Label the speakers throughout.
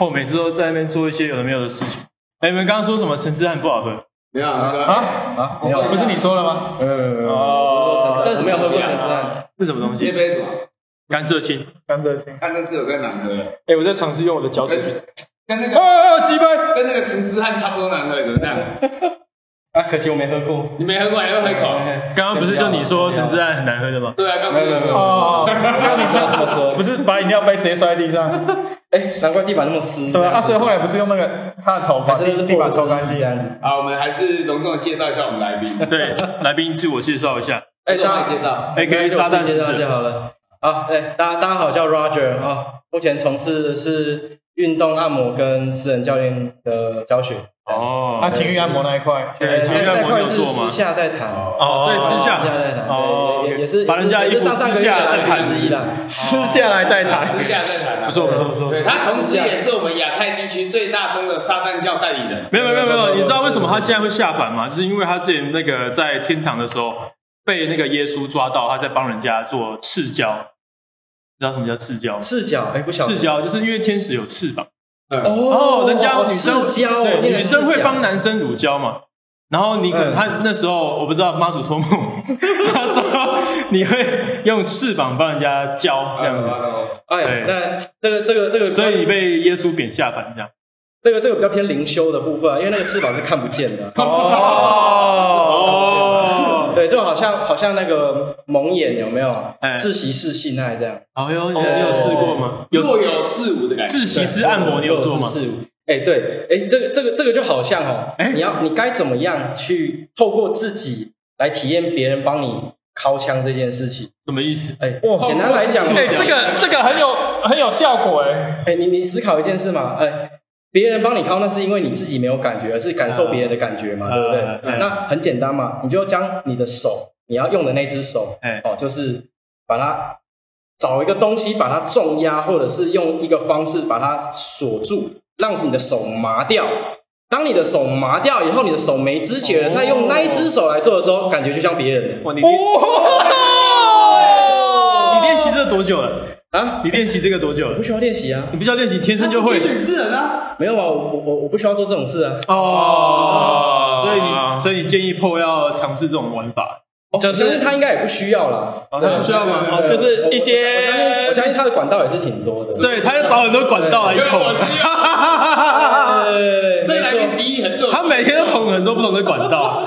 Speaker 1: 哦，每次都在那边做一些有的没有的事情。哎，你们刚刚说什么陈志汉不好喝
Speaker 2: 没有啊，
Speaker 1: 啊？
Speaker 3: 啊，
Speaker 1: 没有，不是你说了吗？
Speaker 3: 呃，
Speaker 1: 哦，
Speaker 4: 这是
Speaker 2: 没有喝过
Speaker 4: 陈
Speaker 2: 橙
Speaker 4: 志
Speaker 2: 汁
Speaker 4: 汉，
Speaker 1: 是什么东
Speaker 2: 这
Speaker 1: 西？
Speaker 2: 杯什么？
Speaker 1: 甘蔗青，甘蔗青。
Speaker 2: 看这是有在难喝的，
Speaker 1: 哎，我在尝试用我的脚趾去。
Speaker 2: 跟那
Speaker 1: 啊
Speaker 2: 个
Speaker 1: 啊！击败。
Speaker 2: 跟那个橙汁汉差不多难喝，怎么样？
Speaker 4: 啊，可惜我没喝过。
Speaker 2: 你没喝过，还要喝一口？
Speaker 1: 刚刚不是就你说陈志
Speaker 4: 汉？
Speaker 1: 汉很难喝的吗？
Speaker 2: 对啊，刚刚就说
Speaker 1: 哦，
Speaker 4: 刚刚你这样子说
Speaker 1: 不是把饮料杯直接摔在地上，
Speaker 4: 哎，难怪地板那么湿。
Speaker 1: 对啊，啊所以后来不是用那个他的头把
Speaker 4: 还是那是
Speaker 1: 地板拖干净
Speaker 4: 这。样子。
Speaker 2: 啊，我们还是隆重的介绍一下我们来宾，
Speaker 1: 对，来宾自我介绍一下
Speaker 4: 哎，
Speaker 2: 这个我
Speaker 4: 大
Speaker 2: 帮
Speaker 4: 家
Speaker 2: 你介绍。
Speaker 1: ，A K A 沙赞使
Speaker 4: 介绍一
Speaker 1: 者。
Speaker 4: 下好了。好，哎，大家大家好，叫 Roger 啊、目前从事的是运动按摩跟私人教练的教学。哎
Speaker 1: 哦，
Speaker 3: 啊，情欲按摩那一块，
Speaker 1: 对情
Speaker 4: 那
Speaker 1: 欲按
Speaker 4: 那
Speaker 1: 摩
Speaker 4: 块
Speaker 1: 你有
Speaker 4: 是
Speaker 1: 做
Speaker 4: 私
Speaker 1: 吗？
Speaker 4: 下在谈，
Speaker 1: 哦，所以私下
Speaker 4: 私下在谈，
Speaker 1: 哦
Speaker 4: 对也也也是
Speaker 1: 把人家
Speaker 4: 也
Speaker 1: 衣
Speaker 4: 是
Speaker 1: 服
Speaker 4: 上上
Speaker 1: 撕
Speaker 4: 个月
Speaker 1: 下
Speaker 4: 的
Speaker 1: 来再
Speaker 4: 来
Speaker 1: 谈
Speaker 4: 宾之一啦。哦
Speaker 3: 吃下来再谈
Speaker 2: 私下再谈啊
Speaker 1: 不。错不错不错。
Speaker 2: 对他同时
Speaker 4: 私下
Speaker 2: 也是我们亚太地区最大宗的撒旦教代理人。
Speaker 1: 没有没有没有没有，你知道为什么他现在会下凡吗？就是因为他之前那个在天堂的时候被那个耶稣抓到，他在帮人家做赤交。你知道什么叫赤交吗？
Speaker 4: 赤脚，哎，不晓得
Speaker 1: 赤交就是因为天使有翅膀。
Speaker 4: 哦
Speaker 1: 哦，人家女生
Speaker 4: 赤脚，我
Speaker 1: 对
Speaker 4: 听成
Speaker 1: 女生
Speaker 4: 赤
Speaker 1: 会
Speaker 4: 脚
Speaker 1: 帮男生乳胶嘛？然后你可能
Speaker 4: 嗯
Speaker 1: 他那时候我不知道妈祖托梦， 他说你会用翅膀帮人家教这样子，
Speaker 4: 哎，那这个这个这个，
Speaker 1: 所以你被耶稣贬下凡这样。
Speaker 4: 这个这个比较偏灵修的部分啊，因为那个翅膀是看不见的啊。
Speaker 1: 哦，
Speaker 4: 对，就好像好像那个蒙眼有没有？
Speaker 1: 哎
Speaker 4: 窒息式性爱这样，
Speaker 1: 哦哟，你有试过吗？有
Speaker 2: 若有似无的感觉。
Speaker 1: 自习师按摩，你有做吗？
Speaker 4: 是，哎，对，哎，这个这个这个就好像哦，
Speaker 1: 哎
Speaker 4: 你要你该怎么样去透过自己来体验别人帮你掏枪这件事情？
Speaker 1: 什么意思？
Speaker 4: 哎
Speaker 3: 哇，
Speaker 4: 简单来讲，
Speaker 3: 哎，这个这个很有很有效果哎，
Speaker 4: 哎，你你思考一件事嘛，哎，别人帮你掏，那是因为你自己没有感觉，而是感受别人的感觉嘛，
Speaker 1: 呃
Speaker 4: 对不对？
Speaker 1: 呃
Speaker 4: 那很简单嘛，你就将你的手，你要用的那只手，
Speaker 1: 哎
Speaker 4: 哦，就是把它找一个东西把它重压，或者是用一个方式把它锁住，让你的手麻掉。当你的手麻掉以后，你的手没知觉了，再用那一只手来做的时候，感觉就像别人
Speaker 1: 哇，你练
Speaker 2: 哦
Speaker 1: 你练习这个多久了？
Speaker 4: 啊，
Speaker 1: 你练习这个多久了
Speaker 4: 不？需要练习啊，
Speaker 1: 你不需要练习，天生就
Speaker 2: 会
Speaker 1: 会。
Speaker 2: 选之人啊，
Speaker 4: 没有啊，我我我不需要做这种事啊。
Speaker 1: 哦，所以你所以你建议 PO 要尝试这种玩法，
Speaker 4: 我相哦信他应该也不需要啦。
Speaker 1: 哦，他不需要吗？
Speaker 3: 哦，就是一
Speaker 4: 我相信
Speaker 3: 些
Speaker 4: 我相信他的管道也是挺多的。
Speaker 1: 对，他就找很多管道来
Speaker 2: 因为
Speaker 1: 捅，
Speaker 2: 我是要
Speaker 4: 对，
Speaker 2: 这
Speaker 4: 没
Speaker 2: 来
Speaker 4: 错。
Speaker 2: 宾第一很多。
Speaker 1: 他每天都捅很多不同的管道。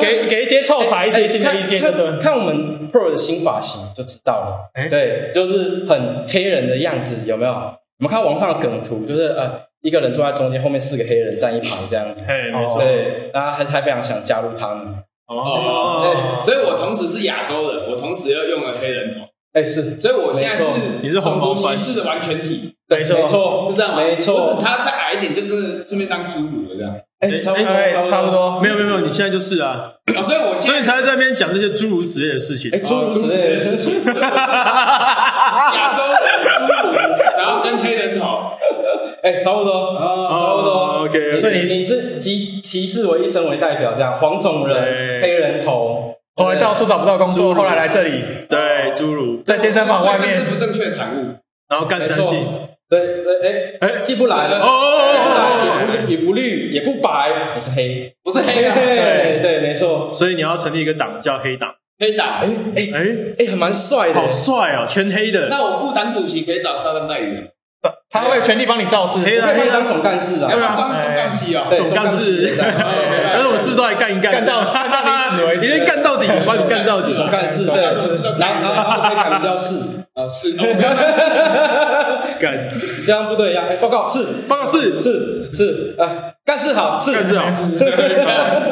Speaker 3: 给给一些臭茶一些新的意见，对
Speaker 4: 哎看
Speaker 3: 不对
Speaker 4: 看？看我们 Pro 的新发型就知道了。
Speaker 1: 哎
Speaker 4: 对，就是很黑人的样子，有没有？我们看网上的梗图，就是呃，一个人坐在中间，后面四个黑人站一排这样子。
Speaker 3: 哎
Speaker 1: 嘿，没错。
Speaker 4: 对，大家还是还非常想加入他们。
Speaker 2: 哦
Speaker 1: 哦，
Speaker 2: 所以我同时是亚洲人，我同时又用了黑人头，
Speaker 4: 哎，是，
Speaker 2: 所以我现在
Speaker 4: 没
Speaker 2: 是
Speaker 1: 你是红毛
Speaker 2: 种族
Speaker 1: 番
Speaker 2: 歧视的完全体，
Speaker 4: 没错，没错
Speaker 2: 是这样吗？
Speaker 4: 没
Speaker 2: 我只
Speaker 4: 错。
Speaker 2: 差再矮一点，就真的顺便当侏儒了这样。
Speaker 4: 哎，差不多，
Speaker 3: 哎，差不。多，
Speaker 1: 没有没有没有，你现在就是啊，
Speaker 2: 啊，所以我
Speaker 1: 所以
Speaker 2: 现
Speaker 1: 你
Speaker 2: 在
Speaker 1: 才在那边讲这些诸如此类的事情
Speaker 4: 哎，。诸如此类的。
Speaker 2: 亚洲人侏儒，然后跟黑人头，
Speaker 4: 哎，差不多，差不多。
Speaker 1: OK，
Speaker 4: 所以你你是集歧视为一身为代表，这样黄种人、
Speaker 1: 对
Speaker 4: 黑人头，
Speaker 3: 后来到处找不到工
Speaker 1: 侏儒
Speaker 3: 作，后来来这里，
Speaker 1: 对诸如，
Speaker 3: 在健身房外
Speaker 2: 这是
Speaker 3: 面，
Speaker 2: 不正确的产物。
Speaker 1: 然后干
Speaker 4: 没
Speaker 1: 三
Speaker 4: 错
Speaker 1: 性。，
Speaker 4: 对，所以哎
Speaker 1: 哎
Speaker 4: 哎，既不来了，既不来
Speaker 1: 哦，
Speaker 4: 也不也不绿也不白，也是黑，
Speaker 2: 不是黑
Speaker 4: 对
Speaker 2: 啊，
Speaker 4: 对对，没错，
Speaker 1: 所以你要成立一个党叫黑党。
Speaker 2: 黑党
Speaker 4: 哎。哎
Speaker 1: 哎，
Speaker 4: 哎，还蛮帅的
Speaker 1: 好，帅哦，全黑的。
Speaker 2: 那我副党主席可以找沙旦代理人，
Speaker 3: 他会全力帮你造势，
Speaker 1: 黑
Speaker 4: 我可
Speaker 1: 的
Speaker 4: 以帮你当总干事
Speaker 2: 要
Speaker 4: 啊
Speaker 2: 不，
Speaker 1: 啊
Speaker 2: 然装总干系哦。
Speaker 4: 对
Speaker 1: 总干事，
Speaker 4: 总干事
Speaker 1: 反正我事都来干一干，
Speaker 3: 干到干到你死为止
Speaker 1: 今天干到底，把你干到底。
Speaker 4: 总干事
Speaker 2: 总
Speaker 4: 对，
Speaker 2: 干事总干事
Speaker 4: 然后然后可以改名叫市，
Speaker 2: 呃，是，哦不要当是。
Speaker 1: 干，
Speaker 4: 这样不对呀，哎报告是
Speaker 1: 报告是
Speaker 4: 是是，哎，干事好是
Speaker 1: 干事 好。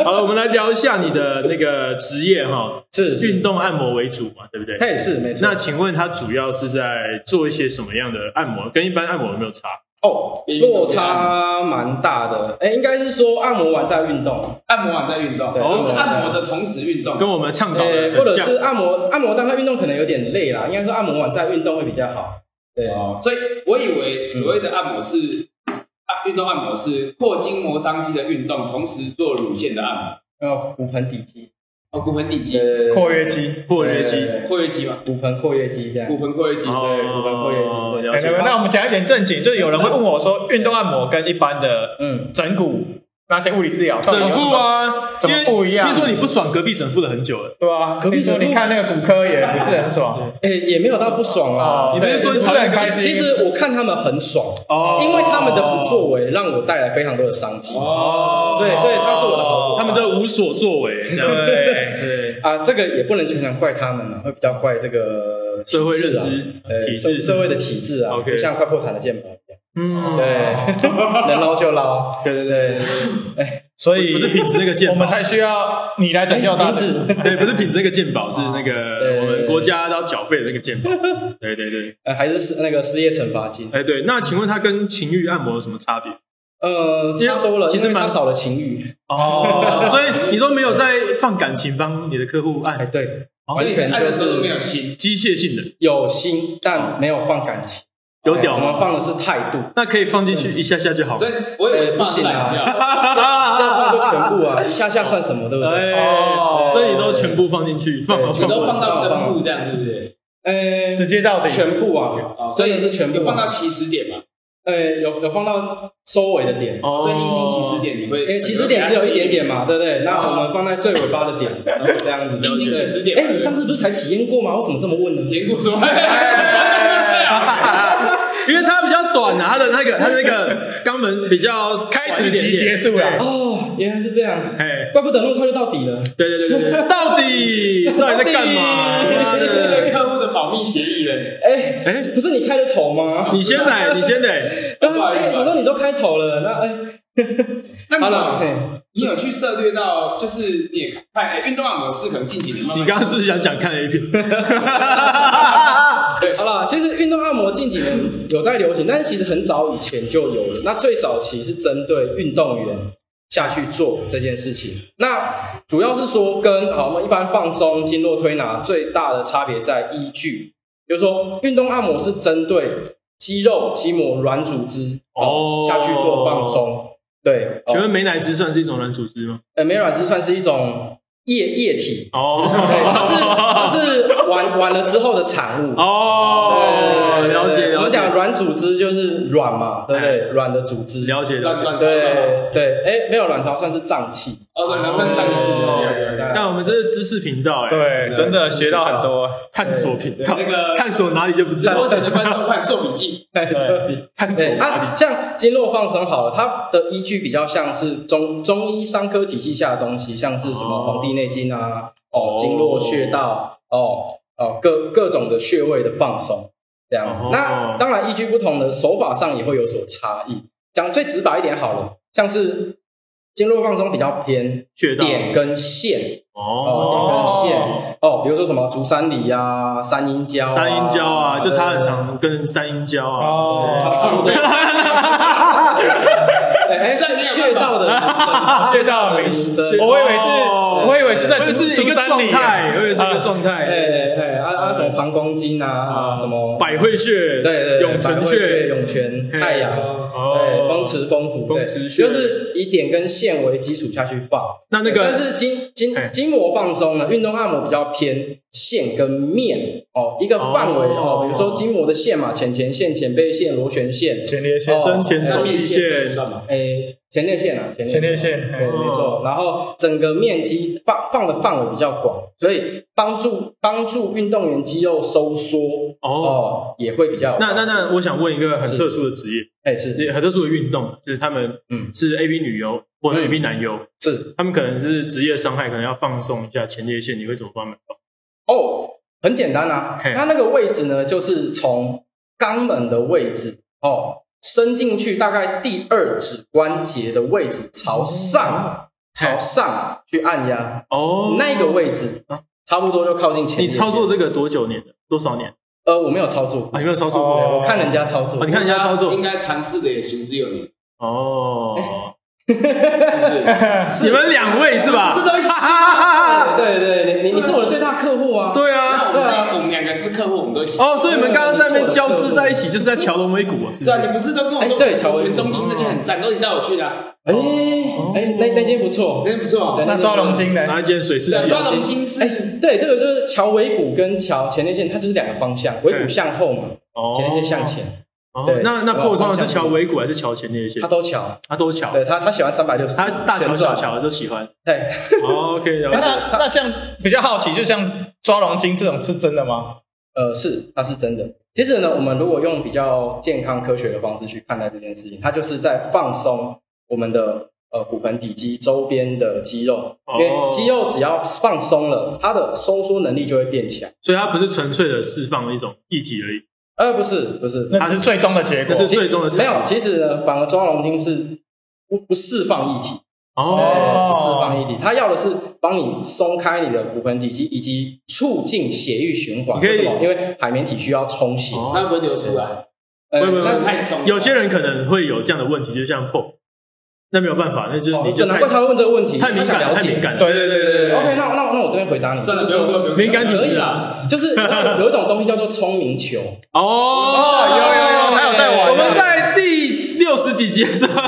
Speaker 1: 好了，我们来聊一下你的那个职业哈，
Speaker 4: 是是，
Speaker 1: 运动按摩为主嘛，对不对？
Speaker 4: 嘿是没错
Speaker 1: 那。请问他主要是在做一些什么样的按摩？跟一般按摩有没有差？
Speaker 4: 哦，落差蛮大的。哎，应该是说按摩完再运动，
Speaker 2: 按摩完在运动，
Speaker 4: 对
Speaker 2: 不是按摩的同时运动。
Speaker 1: 跟我们倡导
Speaker 4: 呃，
Speaker 1: 的
Speaker 4: 或
Speaker 1: 很
Speaker 4: 者
Speaker 1: 像
Speaker 4: 是按摩按摩当它运动可能有点累啦，应该说按摩完再运动会比较好。对，
Speaker 2: 哦，所以我以为所谓的按摩是啊，运动按摩是扩筋膜张肌的运动，同时做乳腺的按摩。
Speaker 4: 哦然后骨盆底肌，
Speaker 2: 哦，骨盆底肌
Speaker 4: 对、对对对
Speaker 3: 括约肌。
Speaker 1: 括约肌，
Speaker 4: 对
Speaker 2: 括约肌嘛，
Speaker 4: 骨盆括约肌这样
Speaker 2: 骨。盆括约肌，
Speaker 1: 哦
Speaker 2: 对，
Speaker 4: 骨盆括约肌
Speaker 1: 哦
Speaker 3: 哎
Speaker 1: 了
Speaker 3: 没
Speaker 1: 解。
Speaker 3: 有没有那我们讲一点正经，就是有人会问我说，运动按摩跟一般的
Speaker 4: 嗯，
Speaker 3: 整骨那些物理治疗，到底有
Speaker 1: 整
Speaker 3: 什
Speaker 1: 副
Speaker 3: 么
Speaker 1: 啊，
Speaker 3: 怎
Speaker 1: 因
Speaker 3: 么
Speaker 1: 为
Speaker 3: 不一样
Speaker 1: 听说你不爽隔壁整副的很久了，
Speaker 3: 对啊，
Speaker 4: 隔壁
Speaker 3: 你说
Speaker 4: 整副
Speaker 3: 你看那个骨科也不是很爽，
Speaker 4: 哎、也没有到不爽啊。
Speaker 3: 哦
Speaker 1: 你不是说
Speaker 3: 对
Speaker 1: 你
Speaker 3: 不
Speaker 1: 讨
Speaker 3: 是
Speaker 1: 厌
Speaker 3: 很开心？
Speaker 4: 其实我看他们很爽，
Speaker 1: 哦
Speaker 4: 因为他们的不作为让我带来非常多的商机。
Speaker 1: 哦，
Speaker 4: 所以所以他是我的好伙
Speaker 1: 他们都无所作为，这样
Speaker 3: 对，
Speaker 1: 对
Speaker 4: 啊，这个也不能全然怪他们啊，会比较怪这个
Speaker 1: 社会认
Speaker 4: 体制啊
Speaker 1: 知
Speaker 4: 呃
Speaker 1: 体
Speaker 4: 社
Speaker 1: 制
Speaker 4: 社会的体制啊，
Speaker 1: OK 哦
Speaker 4: 就像快破产的健保一样，
Speaker 3: 嗯，
Speaker 4: 对，能捞就 捞，对对对，
Speaker 3: 所以
Speaker 1: 不是品质那个健保
Speaker 3: 我们才需要你来拯救
Speaker 4: 哎
Speaker 3: 大
Speaker 4: 停
Speaker 3: 家。
Speaker 4: 止，
Speaker 1: 对，不是品质那个鉴宝，是那
Speaker 4: 对
Speaker 1: 个我们国家要缴费的那个鉴宝。对对对，
Speaker 4: 呃，还是失那个失业惩罚金，
Speaker 1: 哎对，那请问它跟情欲按摩有什么差别？
Speaker 4: 呃，差多了，
Speaker 1: 其
Speaker 4: 因
Speaker 1: 实
Speaker 4: 为他
Speaker 1: 蛮
Speaker 4: 少了情欲，
Speaker 1: 哦， 所以你都没有在放感情帮你的客户
Speaker 4: 哎，
Speaker 1: 按
Speaker 4: 对，
Speaker 1: 哦
Speaker 4: 完全
Speaker 2: 按
Speaker 4: 就
Speaker 2: 的时候都没
Speaker 4: 是
Speaker 2: 有心，
Speaker 1: 机械性的，
Speaker 4: 有心，但没有放感情，
Speaker 1: 有屌
Speaker 4: 我们
Speaker 1: 吗？
Speaker 4: 放的是态度，
Speaker 1: 那可以放进去一下下就好
Speaker 2: 所
Speaker 1: 了。
Speaker 2: 以我也
Speaker 4: 呃不行啊
Speaker 2: 懒觉，
Speaker 1: 啊
Speaker 4: 要放就全部啊，下下算什么，对不对？
Speaker 1: 哎，所以你都全部放进去，放好
Speaker 4: 全
Speaker 2: 你
Speaker 1: 放
Speaker 4: 部
Speaker 2: 都
Speaker 1: 好。
Speaker 2: 放到根部这样，是不是？
Speaker 4: 呃，
Speaker 3: 直接到底，
Speaker 4: 全部啊，真的是全部
Speaker 2: 有
Speaker 4: 啊，
Speaker 2: 放到起始点嘛？
Speaker 4: 呃，有有放到收尾的点，
Speaker 1: 哦
Speaker 2: 所以阴茎起始点你会，
Speaker 4: 因为起始点只有一点点嘛，对不对？那我们放在最尾巴的点，然后这样子。
Speaker 2: 了解
Speaker 4: 对
Speaker 2: 起始点
Speaker 4: 哎，你上次不是才体验过吗？为什么这么问呢？
Speaker 2: 填过什么？哎
Speaker 1: 因为它比较短啊，它的那个它的那个肛门比较
Speaker 3: 开始
Speaker 1: 短一
Speaker 3: 即
Speaker 1: 点
Speaker 3: 结
Speaker 1: 点。
Speaker 3: 束了，
Speaker 4: 哦，原来是这样，
Speaker 1: 哎，
Speaker 4: 怪不得那么快就到底了。
Speaker 1: 对对对对对，到底到底在干嘛？妈
Speaker 2: 对
Speaker 1: 的！
Speaker 2: 客户的保密协议人，
Speaker 4: 哎，
Speaker 1: 哎，
Speaker 4: 不是你开的头吗？
Speaker 1: 你先来，你先来。
Speaker 4: 对啊，哎，想说你都开头了，那哎，
Speaker 2: 那
Speaker 4: 好
Speaker 2: 你
Speaker 4: 了，
Speaker 2: 啊
Speaker 4: 哎
Speaker 2: 你有去涉猎到，就是你也看哎运动按摩是可能近几年慢
Speaker 1: 你
Speaker 2: 慢，
Speaker 1: 刚刚是不是想讲看 A 片？
Speaker 4: 好了，其实运动按摩近几年有在流行，但是其实很早以前就有了。那最早期是针对运动员下去做这件事情。那主要是说跟好我们一般放松、经络推拿最大的差别在依据，比如说运动按摩是针对肌肉、筋膜、软组织
Speaker 1: 哦
Speaker 4: 下去做放。松。对，
Speaker 1: 请
Speaker 4: 哦
Speaker 1: 问美乃滋算是一种软组织吗？
Speaker 4: 呃，美软是算是一种液液体，
Speaker 1: 哦，
Speaker 4: 对，它是它是完完了之后的产物。
Speaker 1: 哦，
Speaker 4: 对
Speaker 1: 了解
Speaker 4: 我
Speaker 1: 了
Speaker 4: 们讲
Speaker 1: 解
Speaker 4: 软组织就是软嘛，对不对？软的组织，
Speaker 1: 了解
Speaker 2: 乱
Speaker 1: 了解。
Speaker 2: 乱
Speaker 4: 对对，哎，没有卵巢算是脏器。
Speaker 2: 哦对，乱胀气，
Speaker 1: 但我们这是知识频道哎，
Speaker 3: 对，真的学到很多。
Speaker 1: 探索频道
Speaker 2: 对那个，
Speaker 1: 探索哪里就不知
Speaker 2: 直
Speaker 1: 道
Speaker 2: 播，前的观众快皱笔记，
Speaker 4: 哎 对
Speaker 1: 探索
Speaker 4: 对
Speaker 1: 哪里
Speaker 4: 啊，像经络放松好了，它的依据比较像是中中医商科体系下的东西，像是什么《黄帝内经》啊，哦，经络穴道，哦哦，各各种的穴位的放松这样子
Speaker 1: 哦。
Speaker 4: 那当然，依据不同的手法上也会有所差异。讲最直白一点好了，像是经络放松比较偏
Speaker 1: 穴道
Speaker 4: 点跟线。
Speaker 1: 哦，
Speaker 4: 哦，点跟线哦，比如说什么竹山里啊、三阴交、啊、
Speaker 1: 三阴交啊，就他很
Speaker 4: 长，
Speaker 1: 常跟三阴交啊。
Speaker 3: 哦，
Speaker 4: 差不多。 哎，
Speaker 2: 这
Speaker 4: 穴
Speaker 2: 没有
Speaker 4: 穴
Speaker 2: 办法
Speaker 4: 道的名称，
Speaker 3: 学到了
Speaker 4: 名
Speaker 3: 名词，
Speaker 4: 称。
Speaker 3: 我以为是，我以为是在
Speaker 1: 哦我以为
Speaker 3: 珠
Speaker 1: 是一
Speaker 3: 珠
Speaker 1: 个
Speaker 3: 山里啊
Speaker 1: 状态，我以为是一个状
Speaker 4: 哎
Speaker 1: 态。
Speaker 4: 哎哎，啊啊，什么膀胱经啊，啊什么
Speaker 1: 百会穴，
Speaker 4: 对对对
Speaker 1: 涌
Speaker 4: 百
Speaker 1: 泉
Speaker 4: 会
Speaker 1: 穴，
Speaker 4: 涌泉、
Speaker 1: 哎
Speaker 4: 太阳。对，
Speaker 3: 哦
Speaker 4: 风池、风府，
Speaker 1: 风
Speaker 4: 对，
Speaker 1: 池穴
Speaker 4: 就是以点跟线为基础下去放。
Speaker 1: 那那个
Speaker 4: 但是筋筋
Speaker 1: 哎
Speaker 4: 筋膜放松呢，运动按摩比较偏线跟面哦，一个范围
Speaker 1: 哦
Speaker 4: 哦，比如说筋膜的线嘛，前前线、前背线、螺旋线，
Speaker 3: 前列腺
Speaker 4: 哦、
Speaker 1: 深前手
Speaker 4: 哎
Speaker 1: 臂线，
Speaker 2: 算吗？
Speaker 4: 诶，前列腺啊，前
Speaker 3: 前列
Speaker 4: 列
Speaker 3: 腺
Speaker 4: 对，没
Speaker 3: 哎
Speaker 1: 哦
Speaker 4: 错。然后整个面积放放的范围比较广，所以帮助帮助运动员肌肉收缩
Speaker 1: 哦，
Speaker 4: 哦，也会比较有
Speaker 1: 那那
Speaker 4: 帮助
Speaker 1: 那，我想问一个很特殊的职业，
Speaker 4: 哎是
Speaker 1: 也很特殊的运动，就是他们
Speaker 4: 嗯
Speaker 1: 是 A B 女优或者
Speaker 4: 嗯
Speaker 1: A B 男优，
Speaker 4: 是
Speaker 1: 他们可能是职业伤害，可能要放松一下前列腺，你会怎么帮他们？
Speaker 4: 哦，很简单啊，
Speaker 1: 嘿
Speaker 4: 它那个位置呢，就是从肛门的位置哦伸进去，大概第二指关节的位置朝上，朝上去按压
Speaker 1: 哦，啊
Speaker 4: 那个位置，差不多就靠近前
Speaker 1: 你
Speaker 4: 列腺。
Speaker 1: 操作这个多久年的？多少年
Speaker 4: 呃，我没有操作过
Speaker 1: 啊？，有没有操作
Speaker 4: 对
Speaker 1: 过？哦
Speaker 4: 哦我看人家操作
Speaker 1: 哦，你看人家操作
Speaker 2: 应该尝试的也行之有年。
Speaker 1: 哦，你们两位是吧？
Speaker 4: 这都一起啊对对对，你你你是我的最大客户啊。
Speaker 1: 对
Speaker 2: 那
Speaker 1: 啊
Speaker 2: 我，们是我们两个是客户，我们都一起。
Speaker 1: 哦，所以你们刚刚在那边交织在一起，就是在桥龙尾谷啊，是不
Speaker 2: 对啊，
Speaker 1: 是？
Speaker 2: 你不是都跟我
Speaker 4: 哎
Speaker 2: 说
Speaker 4: 对乔
Speaker 2: 球
Speaker 4: 文
Speaker 2: 员中心那就很赞，都你带我去的啊，
Speaker 4: 哎哎，那那间不错。
Speaker 2: 那不错。 啊
Speaker 3: 那啊抓龙筋
Speaker 1: 哪
Speaker 3: 呢？哎
Speaker 1: 一间水世
Speaker 2: 对，
Speaker 1: 纪
Speaker 2: 抓
Speaker 1: 啊？
Speaker 2: 龙筋是
Speaker 4: 哎，对，这个就是桥尾骨跟桥前列腺，它就是两个方向，尾骨向后嘛，
Speaker 1: 哦
Speaker 4: 前列腺向前，
Speaker 1: 哦
Speaker 4: 对
Speaker 1: 那那
Speaker 4: 我
Speaker 1: 破通常
Speaker 4: 我想
Speaker 1: 是桥尾谷还是桥前列腺
Speaker 4: 它？都桥。
Speaker 1: 他都桥，
Speaker 4: 对他，他喜欢三百六十，
Speaker 1: 他大桥小。桥都喜 欢。
Speaker 4: 对，
Speaker 1: 哦 OK，了
Speaker 3: 那
Speaker 1: 解。
Speaker 3: 像那像比较好奇，就像抓龙筋这种是真的吗？
Speaker 4: 呃，是，它是真的。其实呢，我们如果用比较健康科学的方式去看待这件事情，它就是在放松我们的呃骨盆底肌周边的肌肉，因为肌肉只要放松了，它的收缩能力就会变强。
Speaker 1: 所以它不是纯粹的释放一种议题而已，
Speaker 4: 呃，不是，不是，
Speaker 3: 那是最终的结果
Speaker 1: 那。是最终的
Speaker 4: 没有。其实呢，反而抓龙筋是不不释放液体，
Speaker 1: 哦
Speaker 4: 呃，不释放液体，它要的是帮你松开你的骨盆底肌，以及促进血液循环。
Speaker 1: 你可以
Speaker 4: 为什么？因为海绵体需要充血。
Speaker 1: 哦
Speaker 2: 它不会流出来，
Speaker 4: 呃
Speaker 1: 不不
Speaker 2: 那
Speaker 1: 不
Speaker 2: 太松了。
Speaker 1: 有些人可能会有这样的问题，就像破，那没有办法，那就是你
Speaker 4: 哦
Speaker 1: 就
Speaker 4: 难怪
Speaker 1: 太
Speaker 4: 他会问这个问题，
Speaker 1: 太
Speaker 4: 他
Speaker 1: 敏
Speaker 4: 想
Speaker 1: 感了，
Speaker 4: 了
Speaker 1: 太敏
Speaker 4: 解。
Speaker 1: 感了。哦
Speaker 3: 对对对对对
Speaker 4: OK，那那那我这边回答你，
Speaker 2: 算了，
Speaker 4: 就
Speaker 2: 不
Speaker 4: 是
Speaker 2: 用
Speaker 4: 说
Speaker 2: 说，
Speaker 1: 敏感体
Speaker 4: 可以
Speaker 1: 质
Speaker 2: 啊。
Speaker 4: 啊，就是有有一种东西叫做聪明球，
Speaker 1: 哦，
Speaker 3: 有有有他有在玩
Speaker 1: 我们在第六十几集的时候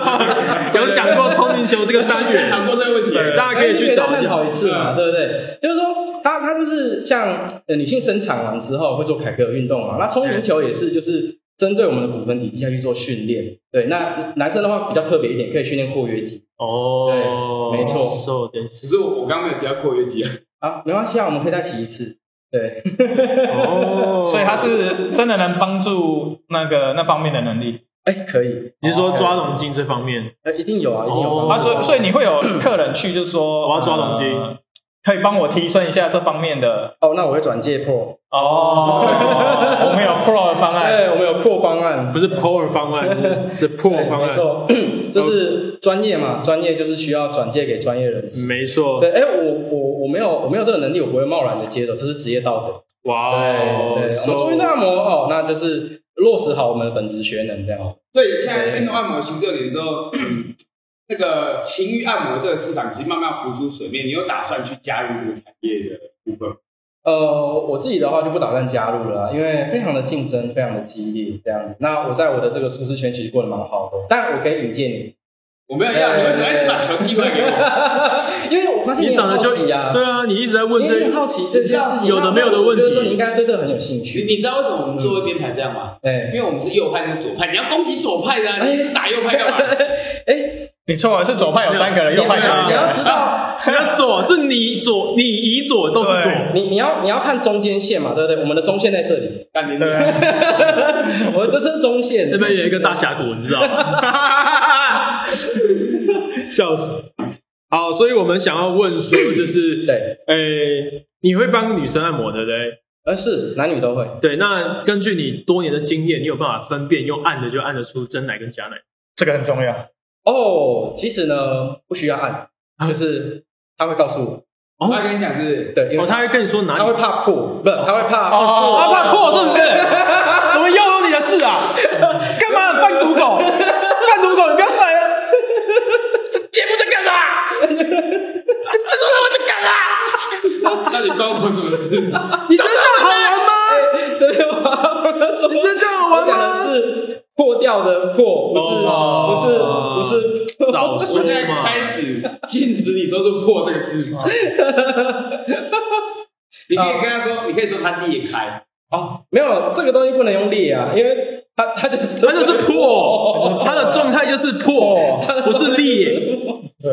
Speaker 1: 有讲过聪明球这个单元，
Speaker 2: 谈过这个问题，
Speaker 1: 对，大家可以去找一
Speaker 4: 再探
Speaker 1: 下。
Speaker 4: 讨一次嘛，对不对？就是说，它它就是像呃女性生产完之后会做凯格尔运动嘛，那聪明球也是就是针对我们的骨盆底肌下去做训练。对，那男生的话比较特别一点，可以训练括约肌
Speaker 1: 哦，
Speaker 4: 对没错
Speaker 1: 受点
Speaker 2: 只 是我我刚刚没有提到括约肌啊。
Speaker 4: 啊，没关系啊，我们可以再提一次。对，
Speaker 1: 哦，
Speaker 3: 所以它是真的能帮助那个那方面的能力。
Speaker 4: 哎，可以，
Speaker 1: 你是说抓龙筋这方面，
Speaker 4: 呃，一定有啊，一定有帮助
Speaker 1: 哦
Speaker 3: 啊，所以所以你会有客人去，就是说
Speaker 1: 我要抓龙筋
Speaker 3: 呃可以帮我提升一下这方面的
Speaker 4: 哦，那我会转介 Pro，
Speaker 3: 哦。 我们有 Pro 的方案，
Speaker 4: 哎对，我们有 Pro 方 案，
Speaker 1: 不是 power 方案，是 pro 方
Speaker 4: 没
Speaker 1: 案，
Speaker 4: 错， 就是专业嘛，专业就是需要转介给专业人士。
Speaker 1: 没错。
Speaker 4: 对，哎，我我我没有我没有这个能力，我不会贸然的接手，这是职业道德。
Speaker 1: 哇哦，
Speaker 4: 对对，我
Speaker 1: so-
Speaker 4: 们做运动按摩哦，那就是落实好我们的本职学能这样子。
Speaker 2: 所以现在运动按摩行这年之后，嗯那个情欲按摩这个市场已经慢慢浮出水面，你有打算去加入这个产业的部分吗？
Speaker 4: 呃，我自己的话就不打算加入了啊、因为非常的竞争，非常的激烈这样子。那我在我的这个舒适圈其实过得蛮好的，但我可以引荐你，
Speaker 2: 我没有要，你为什么一直把球踢回来给 我？
Speaker 4: 因为我发现
Speaker 1: 你
Speaker 4: 很
Speaker 1: 长得
Speaker 4: 好
Speaker 1: 就
Speaker 4: 奇呀、
Speaker 1: 对啊，你一直在问
Speaker 4: 因为你
Speaker 1: 这
Speaker 4: 很好奇这件事情，
Speaker 1: 有的没有的问题
Speaker 4: 就是说你应该对这个很有兴
Speaker 2: 你
Speaker 4: 趣。
Speaker 2: 你知道为什么我们座位编排这样吗？因
Speaker 4: 哎
Speaker 2: 为我们是右派跟左派，你要攻击左派的、啊，你一直打右派干嘛？
Speaker 4: 哎，
Speaker 3: 你错了，是左派有三个人，右派只有一
Speaker 4: 你
Speaker 3: 个
Speaker 4: 要
Speaker 3: 人。
Speaker 4: 知道，
Speaker 1: 你要左是你左，你以左都是左，
Speaker 3: 对
Speaker 4: 你你要你要看中间线嘛，对不对？我们的中线在这里，
Speaker 2: 干你
Speaker 3: 对
Speaker 2: 娘！
Speaker 3: 啊，
Speaker 4: 我这是中线
Speaker 1: 那。边有一个大峡谷，你知道吗？ 笑死！好，所以我们想要问说，就是，
Speaker 4: 对，
Speaker 1: 诶、你会帮女生按摩，对不对？
Speaker 4: 而是男女都会。
Speaker 1: 对，那根据你多年的经验，你有办法分辨用按的就按得出真奶跟假奶？
Speaker 3: 这个很重要。
Speaker 4: 哦，其实呢，不需要按，
Speaker 1: 啊
Speaker 4: 就是他会告诉我，
Speaker 2: 我要跟你讲是，
Speaker 4: 对，因为
Speaker 1: 哦，他会跟你说哪
Speaker 4: 他
Speaker 1: 里
Speaker 4: 会怕破，不，他会怕
Speaker 3: 哦
Speaker 1: 啊，怕破 是不是？怎么又有你的事啊？干嘛贩毒狗？贩毒狗，你不要上来了！
Speaker 2: 到底关我什么事？
Speaker 1: 你觉得这样好玩吗？
Speaker 4: 哎这边我要说，你
Speaker 1: 是这样玩吗
Speaker 4: 我讲的是破掉的破，不是
Speaker 1: 哦
Speaker 4: 不是不是
Speaker 1: 早说
Speaker 2: 我现在
Speaker 1: 嘛！
Speaker 2: 开始禁止你说出“破”这个 字。你可以跟他说，你可以说他裂开，
Speaker 4: 哦，没有这个东西不能用裂啊，因为它它就是
Speaker 1: 它就是破，它的状态就是破，不是裂。
Speaker 3: 对，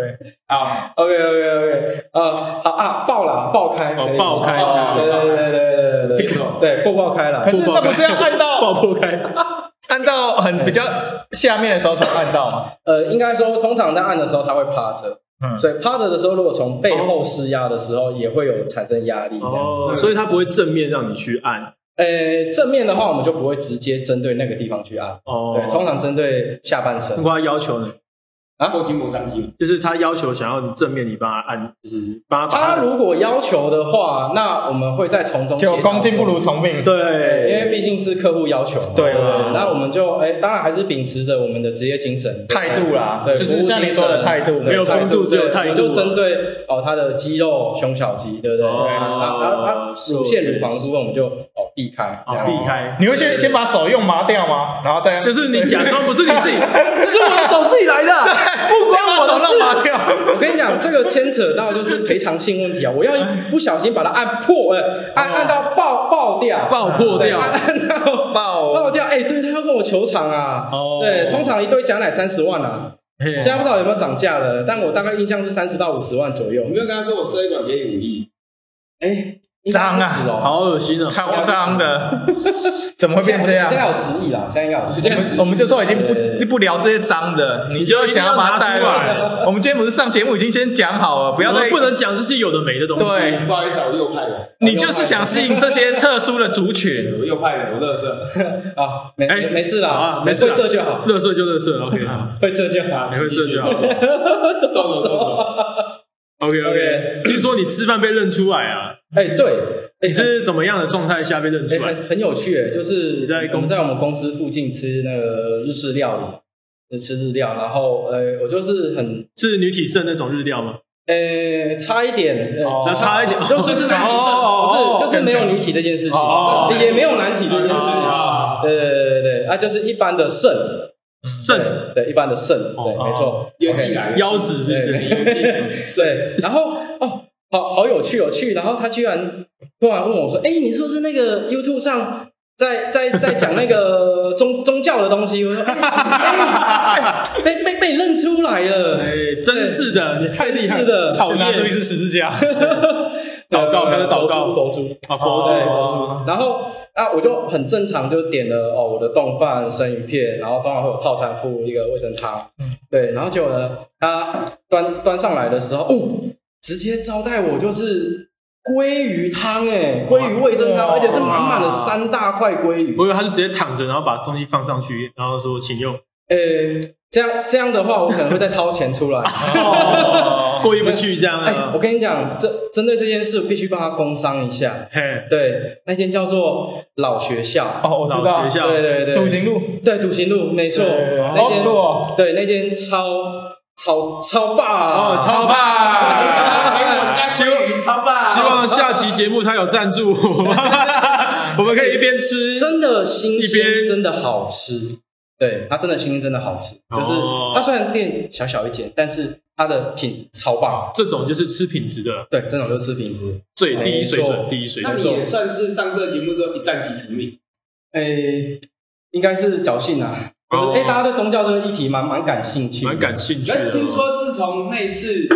Speaker 2: 好，
Speaker 4: OK OK OK，呃，好啊，爆了，爆开，
Speaker 1: 哦
Speaker 4: 可以
Speaker 1: 爆开
Speaker 4: 哦
Speaker 1: 是不
Speaker 4: 对
Speaker 1: 是
Speaker 4: 对对对对
Speaker 1: 这
Speaker 4: 对对
Speaker 1: 个，
Speaker 4: 对破爆开了，
Speaker 3: 可是那不是要按
Speaker 1: 爆
Speaker 3: 到
Speaker 1: 破开？
Speaker 3: 按到很比较下面的时候才按到吗？
Speaker 4: 呃，应该说，通常在按的时候，它会趴着，
Speaker 3: 嗯
Speaker 4: 所以趴着的时候，如果从背后施压的时候，也会有产生压力这样子。
Speaker 1: 哦，所以它不会正面让你去按。
Speaker 4: 呃，正面的话，我们就不会直接针对那个地方去按，
Speaker 1: 哦，
Speaker 4: 对，
Speaker 1: 嗯
Speaker 4: 通常针对下半身
Speaker 1: 那。我要要求呢？
Speaker 4: 啊
Speaker 2: 或筋膜张肌嘛。
Speaker 1: 就是他要求想要你正面，你帮他按，就是帮他把
Speaker 4: 他
Speaker 1: 的
Speaker 4: 如果要求的话，那我们会再从中
Speaker 3: 就
Speaker 4: 协调
Speaker 3: 恭敬不如从命。
Speaker 4: 对，因
Speaker 1: 对
Speaker 4: 为毕竟是客户要求嘛，
Speaker 1: 对
Speaker 4: 对
Speaker 1: 啊
Speaker 4: 那我们就哎，当然还是秉持着我们的职业精神
Speaker 3: 态度啦
Speaker 4: 对，
Speaker 3: 就是像你
Speaker 4: 啊
Speaker 3: 说的态度
Speaker 1: 没有风度只有态度啊
Speaker 4: 对我们就针对哦他的肌肉、胸小肌，对不对？
Speaker 1: 哦
Speaker 4: 对啊啊啊，
Speaker 1: 是
Speaker 4: 乳腺、乳房
Speaker 1: OK
Speaker 4: 部分我们就哦避开，这
Speaker 1: 哦
Speaker 4: 样
Speaker 1: 避。开，
Speaker 3: 你会先先把手用麻掉吗？然后再
Speaker 1: 就是你假装不是你自 己，
Speaker 4: 这是我的手自己来的，不关我的
Speaker 3: 手上麻
Speaker 4: 事。
Speaker 3: 掉。
Speaker 4: 我跟你讲，这个牵扯到就是赔偿性问题啊！我要一不小心把它按破，呃，按按到爆爆掉，
Speaker 1: 哦爆破
Speaker 4: 对
Speaker 1: 掉，
Speaker 4: 按按到
Speaker 1: 爆
Speaker 4: 爆掉，哎、对他要跟我求偿啊。
Speaker 1: 哦
Speaker 4: 对，通常一对假奶三十万啊，
Speaker 1: 嘿
Speaker 4: 现在不知道有没有涨价了，但我大概印象是三十到五十万左右
Speaker 2: 我。没有跟他说我设一管给你五亿，
Speaker 4: 哎、
Speaker 3: 涨啊
Speaker 4: 应该不止哦
Speaker 1: 好恶心啊！
Speaker 3: 超脏的，怎么会变这样
Speaker 4: 现？在有十亿啦，现在应该有十
Speaker 3: 我
Speaker 4: 亿。
Speaker 3: 们我们就说已经
Speaker 4: 对
Speaker 3: 不不聊这些脏的，你
Speaker 1: 就
Speaker 3: 就
Speaker 1: 一定
Speaker 3: 想
Speaker 1: 要
Speaker 3: 把它
Speaker 1: 拿
Speaker 3: 带
Speaker 1: 出
Speaker 3: 来。我们今天不是上节目已经先讲好了，不
Speaker 1: 不
Speaker 3: 要再
Speaker 1: 不能讲这些有的没的东西。
Speaker 3: 对
Speaker 2: 不好意思啊，我右派的，
Speaker 3: 你就是想吸引这些特殊的族群。
Speaker 2: 我右派的，我乐色。
Speaker 4: 啊，没、
Speaker 1: 哎
Speaker 4: 没事啦，
Speaker 1: 好啊
Speaker 4: 我
Speaker 1: 没事
Speaker 4: 会
Speaker 1: 啦
Speaker 4: 射就好，
Speaker 1: 乐色就乐 色，OK，
Speaker 4: 会射就好。
Speaker 1: 你会射就好。
Speaker 2: 动手动手，
Speaker 1: OK OK，
Speaker 4: OK
Speaker 1: 听说你吃饭被认出来啊？
Speaker 4: 哎、对，哎、
Speaker 1: 你是怎么样的状态下被认
Speaker 4: 哎、
Speaker 1: 出来？
Speaker 4: 很很有趣、哎，就是
Speaker 1: 你在公
Speaker 4: 我们在我们公司附近吃那个日式料理，就吃日料，然后呃、我就是很
Speaker 1: 是女体盛那种日料吗？
Speaker 4: 呃、差一点，呃、
Speaker 1: 只差一点
Speaker 4: 就就是
Speaker 1: 哦
Speaker 4: 就是
Speaker 1: 哦哦
Speaker 4: 不是就是没有女体这件事情，
Speaker 1: 哦
Speaker 4: 也没有男体这件事情，
Speaker 1: 哦
Speaker 4: 对对对对对，啊，就是一般的肾，
Speaker 1: 盛
Speaker 4: 对对一般的肾，
Speaker 1: 哦
Speaker 4: 对，没错，
Speaker 2: 又
Speaker 4: OK
Speaker 2: 进来了，
Speaker 1: 腰子是不
Speaker 4: 对
Speaker 1: 是？
Speaker 4: 对，然后哦，好好有趣有趣，然后他居然突然问我说：“哎，你是不是那个 YouTube 上在在在讲那个宗宗教的东西？”我说：“哎哎哎 被被被认出来了。”
Speaker 1: 哎，真是的，你太厉害
Speaker 4: 真是的
Speaker 1: 讨
Speaker 3: 就
Speaker 1: 厌
Speaker 3: 拿出一支十字架，
Speaker 1: 祷告开始祷告
Speaker 4: 佛珠，
Speaker 1: 啊，
Speaker 4: 佛珠
Speaker 3: 哦
Speaker 1: 佛
Speaker 4: 对佛
Speaker 1: 珠
Speaker 4: 珠。然后啊，我就很正常，就点了哦我的冻饭、生鱼片，然后当然会有套餐附一个味噌汤，
Speaker 3: 嗯
Speaker 4: 对。然后结果呢，他端端上来的时候，哦，直接招待我就是鲑鱼汤哎，鲑鱼味噌汤，
Speaker 3: 哇
Speaker 4: 而且是满满的三大块鲑鱼，
Speaker 1: 我以为他是直接躺着，然后把东西放上去，然后说请用，
Speaker 4: 呃，这样这样的话，我可能会再掏钱出来。
Speaker 3: 哦
Speaker 1: 过意不去这样
Speaker 4: 哎、
Speaker 1: 啊
Speaker 4: 我。跟你讲，这针对这件事，我必须帮他工商一下。
Speaker 1: 嘿，
Speaker 4: 对，那间叫做老学校，
Speaker 3: 哦，我知道
Speaker 1: 老学，校
Speaker 4: 对对对，
Speaker 3: 笃行路，
Speaker 4: 对，独行路没错，那
Speaker 3: 好
Speaker 4: 间
Speaker 3: 路哦，
Speaker 4: 对那间超超超啊霸
Speaker 1: 哦超
Speaker 2: 给
Speaker 1: 棒
Speaker 2: 哎我加鲑鱼超
Speaker 3: 啊
Speaker 2: 棒，
Speaker 1: 希望下期节目他有赞助， 我们可以一边吃。
Speaker 4: 真的新
Speaker 1: 一边
Speaker 4: 鲜，真的好吃。对，它真的新鲜，真的好吃。就是
Speaker 1: 哦
Speaker 4: 它虽然店小小一间，但是它的品质超棒。
Speaker 1: 这种就是吃品质的
Speaker 4: 对，这种就是吃品质。
Speaker 1: 最低水准，
Speaker 4: 没错
Speaker 1: 第一水
Speaker 2: 那
Speaker 1: 准
Speaker 2: 你。也算是上这个节目之后一战即成名，
Speaker 4: 诶，应该是侥幸啊，就是
Speaker 1: 哦
Speaker 4: 诶，大家对宗教这个议题蛮蛮感兴趣，
Speaker 1: 蛮感兴趣
Speaker 2: 那
Speaker 1: 的。
Speaker 2: 听说自从那一次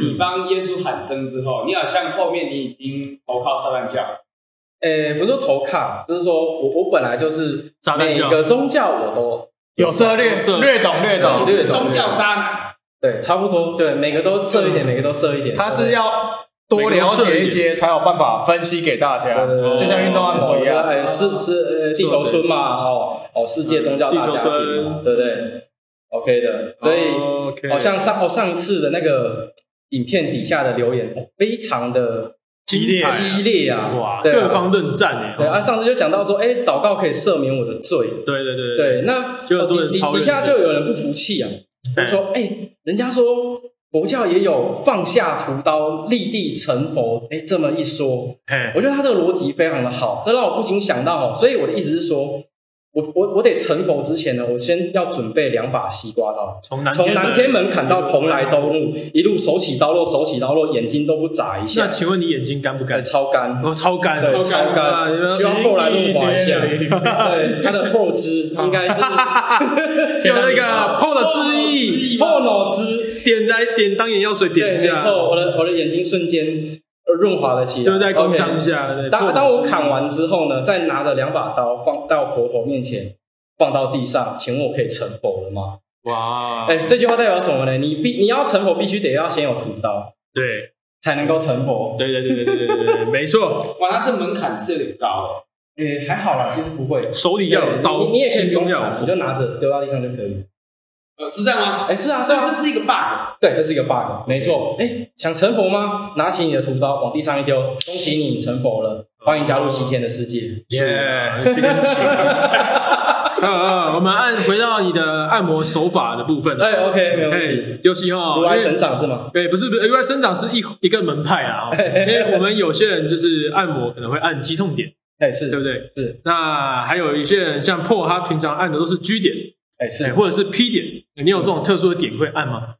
Speaker 2: 你帮耶稣喊声之后，你好像后面你已经投靠撒旦教，
Speaker 4: 诶，不是说投靠，就是说我我本来就是
Speaker 1: 撒旦
Speaker 4: 每
Speaker 1: 教
Speaker 4: 个宗教我都
Speaker 3: 有涉略
Speaker 1: 有涉，
Speaker 3: 略懂略懂。
Speaker 4: 对懂
Speaker 2: 宗教渣男，
Speaker 4: 对，差不多，对，每个都设
Speaker 1: 嗯
Speaker 4: 一点，每个都设一点。
Speaker 3: 他是
Speaker 4: 对
Speaker 3: 要多了解一些，才有办法分析给大
Speaker 4: 对
Speaker 3: 家
Speaker 4: 对对，。
Speaker 3: 就像运动
Speaker 1: 啊
Speaker 3: 按摩一样，
Speaker 4: 哎，是是呃，地球村嘛，哦哦，世界宗教大
Speaker 1: 嗯地球
Speaker 4: 家庭嘛
Speaker 1: 村，
Speaker 4: 对不对？OK 的，所以
Speaker 1: 哦，OK
Speaker 4: 好像上哦上一次的那个影片底下的留言，哦非常的
Speaker 1: 激烈啊
Speaker 4: 激烈啊，
Speaker 1: 哇，
Speaker 4: 对啊
Speaker 1: 各方论战哎。
Speaker 4: 对啊，上次就讲到说，哎，祷告可以赦免我的罪，
Speaker 1: 对对对
Speaker 4: 对，那
Speaker 1: 嗯
Speaker 4: 哦
Speaker 1: 就很多人
Speaker 4: 底底
Speaker 1: 超认
Speaker 4: 底下
Speaker 1: 真
Speaker 4: 就有人不服气啊，就说：“哎、人家说佛教也有放下屠刀立地成佛，哎，这么一说，
Speaker 1: 嘿，
Speaker 4: 我觉得他这个逻辑非常的好，这让我不禁想到哦。所以我的意思是说，我我我得成佛之前呢，我先要准备两把西瓜刀，
Speaker 1: 从南
Speaker 4: 从南天。门砍到蓬莱东路，一路手起刀落，手起刀落，眼睛都不眨一
Speaker 1: 那
Speaker 4: 下，
Speaker 1: 请问你眼睛干不
Speaker 4: 哎，
Speaker 1: 干？
Speaker 4: 超干。”
Speaker 1: 我超干，
Speaker 4: 对，超
Speaker 1: 啊
Speaker 4: 干，希望后来润滑一下。
Speaker 1: 一点点
Speaker 4: 对，它的后肢 应该是
Speaker 1: 有那 个 PO 的汁意，
Speaker 4: 后脑汁，
Speaker 1: 点来点当眼药水
Speaker 4: 对，
Speaker 1: 点一
Speaker 4: 没
Speaker 1: 下，
Speaker 4: 错，我的我的眼睛瞬间呃润滑了起来，
Speaker 1: 就是在工商一
Speaker 4: OK
Speaker 1: 下。对
Speaker 4: 当
Speaker 1: PO
Speaker 4: 当我砍完之后呢，再拿着两把刀放到佛头面前，放到地上，请问我可以成佛了吗？
Speaker 1: 哇，
Speaker 4: 哎，这句话代表什么呢？你必你要成佛，必须得要先有屠刀，
Speaker 1: 对
Speaker 4: 才能够成佛。
Speaker 1: 对对对对对对对对，没错，
Speaker 2: 哇，他这门槛是有点高
Speaker 4: 哎，还好啦，其实不会。
Speaker 1: 手里要有
Speaker 4: 对
Speaker 1: 刀，
Speaker 4: 你你也可以
Speaker 1: 心
Speaker 4: 不
Speaker 1: 中
Speaker 4: 用
Speaker 1: 要有
Speaker 4: 砍，你
Speaker 1: 佛
Speaker 4: 就拿着丢到地上就可以。
Speaker 2: 呃，是这样吗？
Speaker 4: 哎，是啊，
Speaker 2: 所
Speaker 4: 对
Speaker 2: 以这
Speaker 4: 啊，
Speaker 2: 是一个 bug，
Speaker 4: 对，这是一个 bug，没错。哎，想成佛吗？拿起你的屠刀，往地上一丢，恭喜你成佛了，欢迎加入西天的世界。
Speaker 1: 耶，去跟去。 呃呃，我们按回到你的按摩手法的部分。
Speaker 4: 哎，OK，没有问题。
Speaker 1: 啊哎，尤其哈，
Speaker 4: 如
Speaker 1: 因
Speaker 4: 来
Speaker 1: 为
Speaker 4: 神掌是吗？
Speaker 1: 对，不是不是，因为生长是一一个门派 啦、哦，因为我们有些人就是按摩可能会按肌痛点，
Speaker 4: 哎，是，
Speaker 1: 对不对？
Speaker 4: 是，
Speaker 1: 那还有一些人像破，他平常按的都是 G 点，
Speaker 4: 哎，
Speaker 1: 对，
Speaker 4: 是。
Speaker 1: 或者是 P 点，你有这种特殊的点会按吗？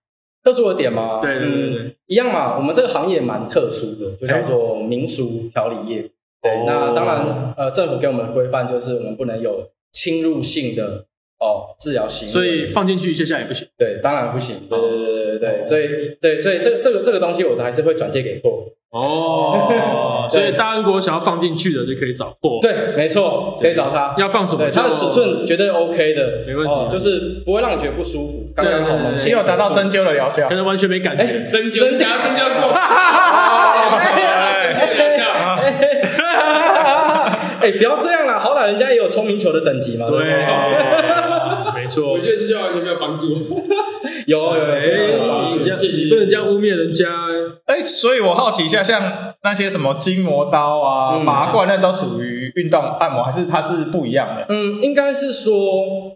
Speaker 4: 特殊的点吗？
Speaker 1: 对对对
Speaker 4: 嗯
Speaker 1: 对
Speaker 4: 一样嘛。我们这个行业蛮特殊的，就叫做民俗调理业。对，
Speaker 1: 哦
Speaker 4: 那当然，呃，政府给我们的规范就是我们不能有侵入性的哦治疗行为，
Speaker 1: 所以哦放进去一下下也不行。
Speaker 4: 对，当然不行。对对对对对对，所以对，所以这个这个这个东西，我还是会转借给客户。
Speaker 1: 哦，所以大家如果想要放进去的，就可以找破。，
Speaker 4: 对，没错，可以找他。
Speaker 1: 要放什么
Speaker 4: 对，
Speaker 1: 就？
Speaker 4: 它的尺寸绝对 OK 的，
Speaker 1: 没问题
Speaker 4: 哦，就是不会让你觉得不舒服，刚刚好
Speaker 1: 对对对
Speaker 4: 能
Speaker 1: 对
Speaker 3: 也有达到针灸的疗 效
Speaker 1: 可。能完全没感觉。
Speaker 2: 针灸，等下针灸过，
Speaker 4: 哎，不要这样啦，好歹人家也有聪明球的等级嘛。
Speaker 1: 对
Speaker 4: 不，
Speaker 1: 没错
Speaker 2: 我。觉得这句话完全没有帮助。
Speaker 4: 有有有有有
Speaker 1: 哎，
Speaker 4: 有，
Speaker 1: 你这样你不能这样污蔑人家。
Speaker 3: 哎，所以我好奇一下，像那些什么筋膜刀啊、
Speaker 4: 嗯
Speaker 3: 拔罐，那都属于运动按摩，还是它是不一样的？
Speaker 4: 嗯，应该是说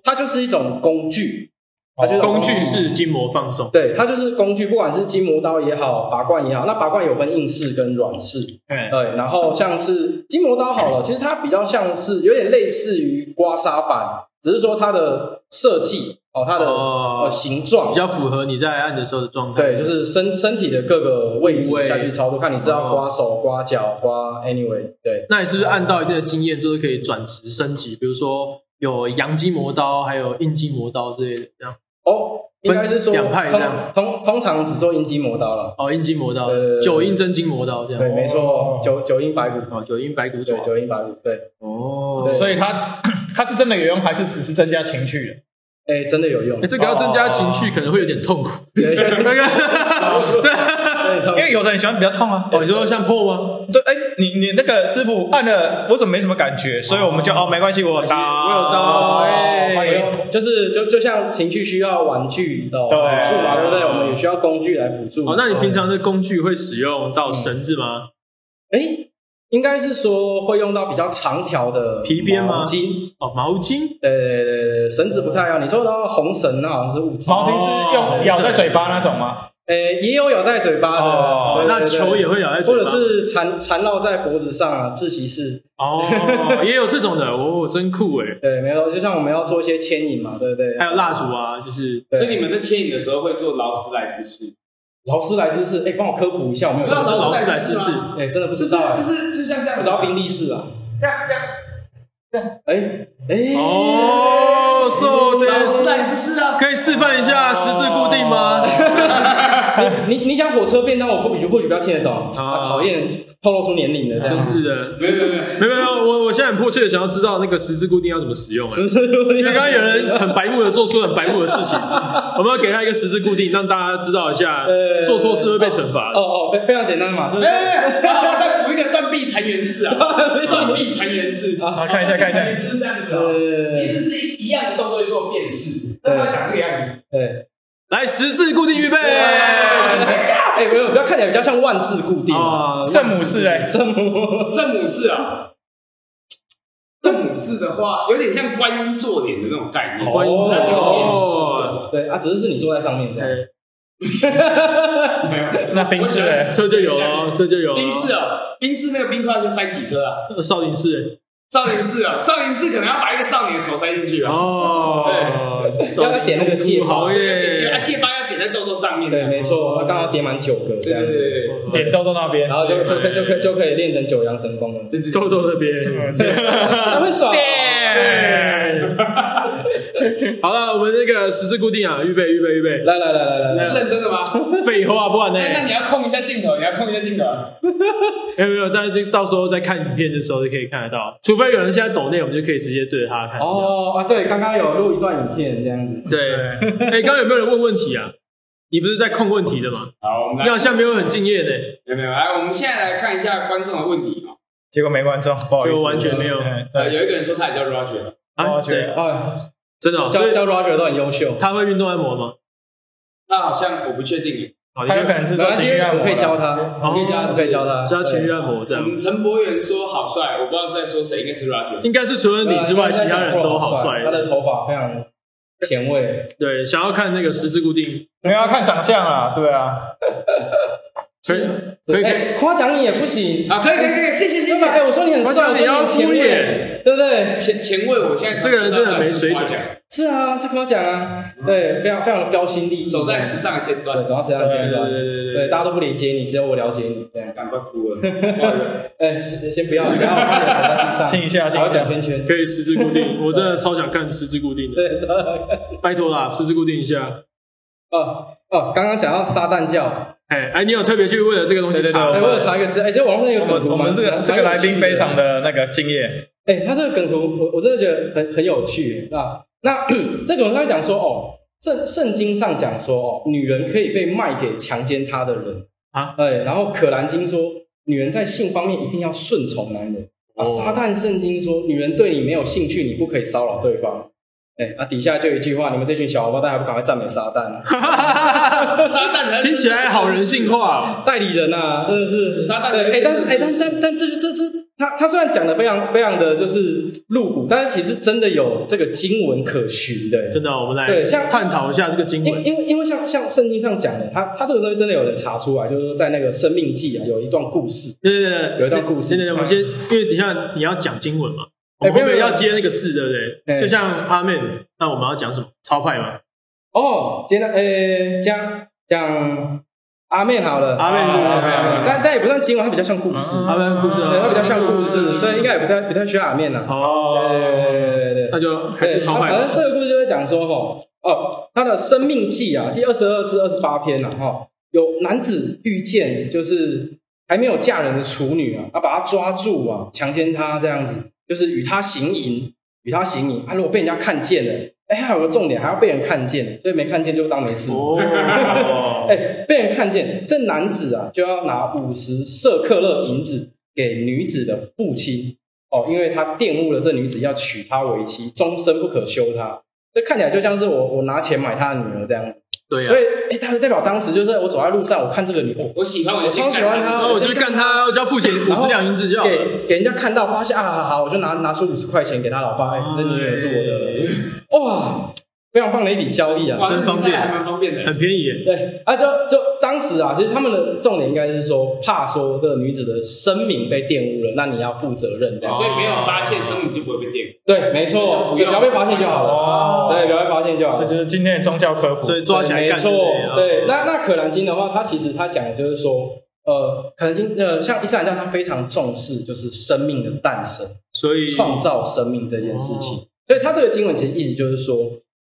Speaker 4: 它就是一种工具，它就是
Speaker 1: 哦工具式筋膜放松。
Speaker 4: 对，它就是工具，不管是筋膜刀也好，拔罐也好，那拔罐有分硬式跟软式，
Speaker 1: 哎，
Speaker 4: 对，然后像是筋膜刀好了，其实它比较像是有点类似于刮痧板，只是说它的设计哦，它的、
Speaker 1: 哦
Speaker 4: 呃形状
Speaker 1: 比较符合你在按的时候的状态。
Speaker 4: 对，就是身身体的各个位置
Speaker 1: 部位哦
Speaker 4: 下去操作，看你是要刮手、刮脚、刮 anyway，对，
Speaker 1: 那你是不是按到一定的经验，就是可以转职升级？比如说有阳筋磨刀，还有硬筋磨刀之类的，这样
Speaker 4: 哦，应该是说
Speaker 1: 分两派
Speaker 4: 通
Speaker 1: 这样
Speaker 4: 通通常只做阴筋膜刀了，
Speaker 1: 哦，硬筋磨刀
Speaker 4: 对对对、对
Speaker 1: 九阴真筋磨刀这
Speaker 4: 对，
Speaker 1: 样，
Speaker 4: 没错
Speaker 3: 哦，
Speaker 4: 九九阴白骨，
Speaker 1: 哦，九阴白骨爪
Speaker 4: 对，，九阴白骨，对，
Speaker 1: 哦，
Speaker 4: 对
Speaker 3: 所以它 它是真的有用，还是只是增加情趣的？
Speaker 4: 哎，真的有用
Speaker 1: 哎，，这个要增加情趣可能会有点痛苦。
Speaker 4: 对
Speaker 1: 那个，对，
Speaker 3: 因为有的人喜欢比较痛啊。
Speaker 1: 哦，你说像破吗？
Speaker 3: 对，哎，你你那个师傅按了，我怎么没什么感觉？所以我们就哦，没关系，我有刀，哦
Speaker 1: 我有刀哎
Speaker 3: 欢迎
Speaker 4: 就是就就像情绪需要玩具的辅
Speaker 3: 对
Speaker 4: 助嘛，对不对？我们也需要工具来辅助。
Speaker 1: 哦，那你平常的工具会使用到绳子吗？
Speaker 4: 哎，应该是说会用到比较长条的
Speaker 1: 皮鞭吗
Speaker 4: 毛巾，
Speaker 1: 哦，毛巾，
Speaker 4: 对对对对，绳子不太
Speaker 1: 嗯
Speaker 4: 一样。你说的红绳那好像是物质，
Speaker 3: 毛巾是用咬在嘴巴那种吗？
Speaker 4: 呃，也有咬在嘴巴的，
Speaker 3: 哦
Speaker 4: 对对
Speaker 1: 那
Speaker 4: 对
Speaker 1: 球也会咬在
Speaker 4: 或
Speaker 1: 嘴
Speaker 4: 者
Speaker 1: 巴，
Speaker 4: 是缠缠绕在脖子上啊，自习室。
Speaker 1: 哦，也有这种的，哦，真酷哎。
Speaker 4: 对，没有，就像我们要做一些牵引嘛，对不对
Speaker 1: 还？有蜡烛啊，就是
Speaker 4: 对
Speaker 2: 所以你们在牵引的时候会做劳斯莱斯式，
Speaker 4: 劳斯莱斯是，哎，帮我科普一下，我没有
Speaker 2: 知道
Speaker 4: 看过
Speaker 1: 劳斯莱斯
Speaker 2: 斯
Speaker 1: 是
Speaker 2: 吗？
Speaker 4: 哎，真的不
Speaker 2: 就
Speaker 4: 知
Speaker 2: 是
Speaker 4: 道，
Speaker 2: 就
Speaker 4: 哎，
Speaker 2: 是就像这样，
Speaker 4: 不知道宾利士啊，
Speaker 2: 这样这样，
Speaker 4: 哎哎，
Speaker 1: 哦，so
Speaker 2: 劳斯
Speaker 1: this
Speaker 2: 莱斯式啊，
Speaker 1: 可以示范一下十字固定 吗？
Speaker 4: 你你讲火车便当，我或许或许不要听得懂啊，讨厌透露出年龄
Speaker 2: 啊
Speaker 4: 的，
Speaker 1: 真
Speaker 4: 真
Speaker 1: 是的，
Speaker 2: 没有没有没有。
Speaker 1: 没有没有，我我现在很迫切的想要知道那个十字固定要怎么使用、欸。因为刚刚有人很白目的做出很白目的事情，我们要给他一个十字固定，让大家知道一下
Speaker 4: 呃，
Speaker 1: 做错事会被惩罚
Speaker 4: 哦
Speaker 1: 的。
Speaker 4: 哦，非非常简单嘛，就是
Speaker 2: 哎，我再补一个断臂残垣式啊，断臂残垣式啊，
Speaker 3: 好，看一下，看一下
Speaker 2: 断臂。残垣式是这样子的，哎其
Speaker 4: 呃
Speaker 2: 实是一样的动作去做变式，但它长这个样子。
Speaker 4: 对，
Speaker 1: 来，十字固定预备。
Speaker 4: 哎，没有，不要看起来比较像万字固定嘛，
Speaker 1: 啊，
Speaker 2: 哦
Speaker 3: 圣母式哎，
Speaker 4: 这么
Speaker 2: 圣母式啊，圣母式的话有点像观音坐莲的那种概念，
Speaker 1: 观音
Speaker 2: 它是一个变 式。
Speaker 1: 哦，
Speaker 4: 对啊，只是是你坐在上面这样，
Speaker 1: 哎
Speaker 2: 哎
Speaker 3: 那冰室哎，
Speaker 1: 这就有了，这就有
Speaker 2: 冰
Speaker 1: 了。
Speaker 2: 室啊，冰室那个冰块就塞几颗啊，
Speaker 1: 少林寺
Speaker 2: 少林寺啊，少林寺可能要把一个少年的头塞进去
Speaker 1: 哎
Speaker 2: 啊，
Speaker 1: 哦，
Speaker 4: 要不要点那个戒
Speaker 1: 好
Speaker 2: 戒啊
Speaker 1: 耶，
Speaker 2: 戒疤要点在痘痘上面的
Speaker 1: 哦
Speaker 4: 对，，没错，他刚好叠满九个这
Speaker 2: 对
Speaker 4: 样
Speaker 2: 对
Speaker 4: 子，
Speaker 2: 对对。
Speaker 3: 点痘痘那边
Speaker 4: 然，后就就可就可就可以练成九阳神功了，
Speaker 1: 豆豆那边。
Speaker 4: 才会爽。 哦
Speaker 1: 好了，我们那个十字固定啊，预备，预备，预 备。
Speaker 4: 来来来来来来，
Speaker 2: 是认真的吗？
Speaker 1: 废话，不然呢？
Speaker 2: 那那你要控一下镜头，你要控一下镜头。
Speaker 1: 没有没有，但是就到时候在看影片的时候就可以看得到，除非有人现在抖内，我们就可以直接对着他看。
Speaker 4: 哦啊，对，刚刚有录一段影片这样子，
Speaker 1: 对。哎，刚刚有没有人问问题啊？你不是在控问题的吗？
Speaker 2: 好，我们
Speaker 1: 你
Speaker 2: 来
Speaker 1: 好，像没有很敬业呢，
Speaker 2: 有没有？来，我们现在来看一下观众的问题啊。
Speaker 3: 结果没观众，不好意思，
Speaker 1: 就完全没有
Speaker 3: 嗯
Speaker 2: 呃，
Speaker 3: 对
Speaker 2: 有一个人说他也叫 Roger，
Speaker 1: 啊？
Speaker 3: 哦
Speaker 1: 谁
Speaker 3: 对？
Speaker 4: 哎，
Speaker 1: 真的哦、所
Speaker 4: 教
Speaker 1: 以
Speaker 4: 教 Roger 都很优秀，
Speaker 1: 他会运动按摩吗？
Speaker 2: 他好像我不确定耶，
Speaker 1: 哦
Speaker 3: 他有可能是做情欲按
Speaker 4: 我
Speaker 3: 摩
Speaker 4: 可以教
Speaker 3: 的。
Speaker 4: 他，
Speaker 1: 哦
Speaker 4: 我可以教他，我可以教他，
Speaker 1: 是他情
Speaker 4: 对
Speaker 1: 欲按啊摩这
Speaker 2: 我
Speaker 1: 样，
Speaker 2: 们嗯陈柏元说好帅，我不知道是在说谁，应该是 Roger。
Speaker 1: 应该是除了你之外，其他人都好帅
Speaker 4: 他。的头发非常前卫，
Speaker 1: 对，想要看那个十字固定，
Speaker 3: 没有要看长相啊，对啊，
Speaker 1: 可以可以可以，
Speaker 4: 哎夸奖你也不行。
Speaker 2: 啊，可以可以可以，谢谢谢
Speaker 4: 真的，哎，
Speaker 2: 谢。
Speaker 4: 我说你很帅，
Speaker 1: 夸
Speaker 4: 我
Speaker 1: 奖你要
Speaker 4: 说你很前
Speaker 1: 敷
Speaker 4: 卫
Speaker 1: 衍，
Speaker 4: 对不对？
Speaker 2: 前前卫，我现在才
Speaker 1: 这个人真的没水准
Speaker 2: 知道他是夸奖
Speaker 4: 是啊，是夸奖啊，对，非常非常的标新立异，
Speaker 2: 走在时尚的尖
Speaker 4: 对，
Speaker 2: 端，
Speaker 4: 走在时尚尖
Speaker 1: 对对
Speaker 4: 端，
Speaker 1: 对对对
Speaker 4: 对，大家都不理解你，只有我了解你，这样。
Speaker 2: 赶快哭了， 不好意思
Speaker 4: 哎，先先不要，不要，我自己躺在地上，
Speaker 3: 亲一下
Speaker 4: 还
Speaker 3: 亲一下
Speaker 4: 要讲圈圈，
Speaker 1: 可以十字固定， 我真的超想看十字固定的，
Speaker 4: 对 的。
Speaker 1: 拜托啦，十字固定一下。
Speaker 4: 哦哦，刚刚讲到撒旦教，
Speaker 1: 哎哎，你有特别去为了这个东西
Speaker 3: 对对对
Speaker 1: 查
Speaker 4: 哎，
Speaker 1: 吗？
Speaker 4: 我有查一个字，哎，这网络上有
Speaker 3: 我
Speaker 4: 梗
Speaker 3: 们
Speaker 4: 图
Speaker 3: 我
Speaker 4: 吗
Speaker 3: 们这个这个来宾非常，的那个敬业，
Speaker 4: 蛮有趣的哎，他这个梗图，我我真的觉得很很有趣啊。那 这个文章讲说，哦，圣圣经上讲说，哦，女人可以被卖给强奸她的人
Speaker 1: 啊，
Speaker 4: 哎，然后可兰经说，女人在性方面一定要顺从男人。啊，
Speaker 1: 哦
Speaker 4: 撒旦圣经说，女人对你没有兴趣，你不可以骚扰对方。哎，啊，底下就有一句话，你们这群小王八蛋还不赶快赞美撒旦？啊
Speaker 2: 撒旦 人
Speaker 1: 听起来好人性化哦。
Speaker 4: 代理人啊，真的是
Speaker 2: 撒旦
Speaker 4: 对，哎、但
Speaker 2: 真的是
Speaker 4: 哎、但但但这个这这，他他虽然讲的非常非常的就是露骨，但是其实真的有这个经文可循的。
Speaker 1: 真的，我们来
Speaker 4: 对像
Speaker 1: 探讨一下这个经
Speaker 4: 因
Speaker 1: 文。
Speaker 4: 因为因为像像圣经上讲的，他他这个东西真的有人查出来，就是说在那个《生命记》啊，有一段故事。
Speaker 1: 对对对，
Speaker 4: 有一段故事
Speaker 1: 对对对，我们先，因为等一下你要讲经文嘛，我
Speaker 4: 哎
Speaker 1: 们会不
Speaker 4: 没
Speaker 1: 会
Speaker 4: 有没有
Speaker 1: 要接那个字，对不对？
Speaker 4: 哎
Speaker 1: 就像阿妹，那我们要讲什么？超派嘛，
Speaker 4: 哦，今天呃讲讲阿妹好了，哦
Speaker 1: 阿妹是不是？
Speaker 3: 好好好好
Speaker 1: 阿
Speaker 3: 好
Speaker 1: 妹
Speaker 4: 但但也不算经文，它比较像故事，
Speaker 1: 阿妹故事啊
Speaker 4: 嗯对，它比较像故事，所以应该也不太不太需要阿面啦。
Speaker 1: 哦，
Speaker 4: 对对对对。
Speaker 1: 那就还是超派
Speaker 4: 对反正
Speaker 1: 吧。
Speaker 4: 这个故事就会讲说，哈，哦，他的《生命记》啊，第二十二至二十八篇啊，哈，有男子遇见就是还没有嫁人的处女啊，啊，把她抓住啊，强奸她这样子，就是与她行淫，与她行淫啊，如果被人家看见了，哎，还有个重点，还要被人看见，所以没看见就当没事。
Speaker 1: 哦，
Speaker 4: 哎，被人看见，这男子啊就要拿五十舍克勒银子给女子的父亲哦，因为他玷污了这女子，要娶她为妻，终身不可休她。这看起来就像是我我拿钱买她的女儿这样子，
Speaker 1: 对呀啊
Speaker 4: 所，以哎，他代表当时就是我走在路上，我看这个女，哦
Speaker 2: 我喜欢，我就先
Speaker 4: 我超喜欢他
Speaker 1: 那我就去干他，我就要付钱五
Speaker 4: 然后
Speaker 1: 十两银子就好了。
Speaker 4: 给给人家看到，发现啊，好好，我就拿拿出五十块钱给他老爸，哎，那女人是我的了，
Speaker 1: 哎
Speaker 4: 哇，非常棒的一笔交易啊！
Speaker 2: 哇
Speaker 1: 真方便
Speaker 2: 那还蛮方便的
Speaker 1: 很。便宜耶，
Speaker 4: 对啊，就就当时啊，其实他们的重点应该是说，怕说这个女子的声名被玷污了，那你要负责任
Speaker 1: 哦
Speaker 4: 这样。
Speaker 2: 所以没有发现生命就不会被电。
Speaker 4: 对，没错，
Speaker 2: 不
Speaker 4: 所以
Speaker 2: 要
Speaker 4: 不要被发现就好了。
Speaker 3: 哦
Speaker 4: 对，不要被发现就好
Speaker 3: 这
Speaker 4: 了。
Speaker 3: 就是今天的宗教科普。
Speaker 1: 所以抓起来
Speaker 4: 对没
Speaker 1: 干就
Speaker 4: 错
Speaker 1: 可以了。，
Speaker 4: 对。那那可兰经的话，它其实它讲的就是说，呃，可兰经呃，像伊斯兰教，它非常重视就是生命的诞生。
Speaker 1: 所以
Speaker 4: 创造生命这件事情
Speaker 1: 哦。
Speaker 4: 所以他这个经文其实意思就是说，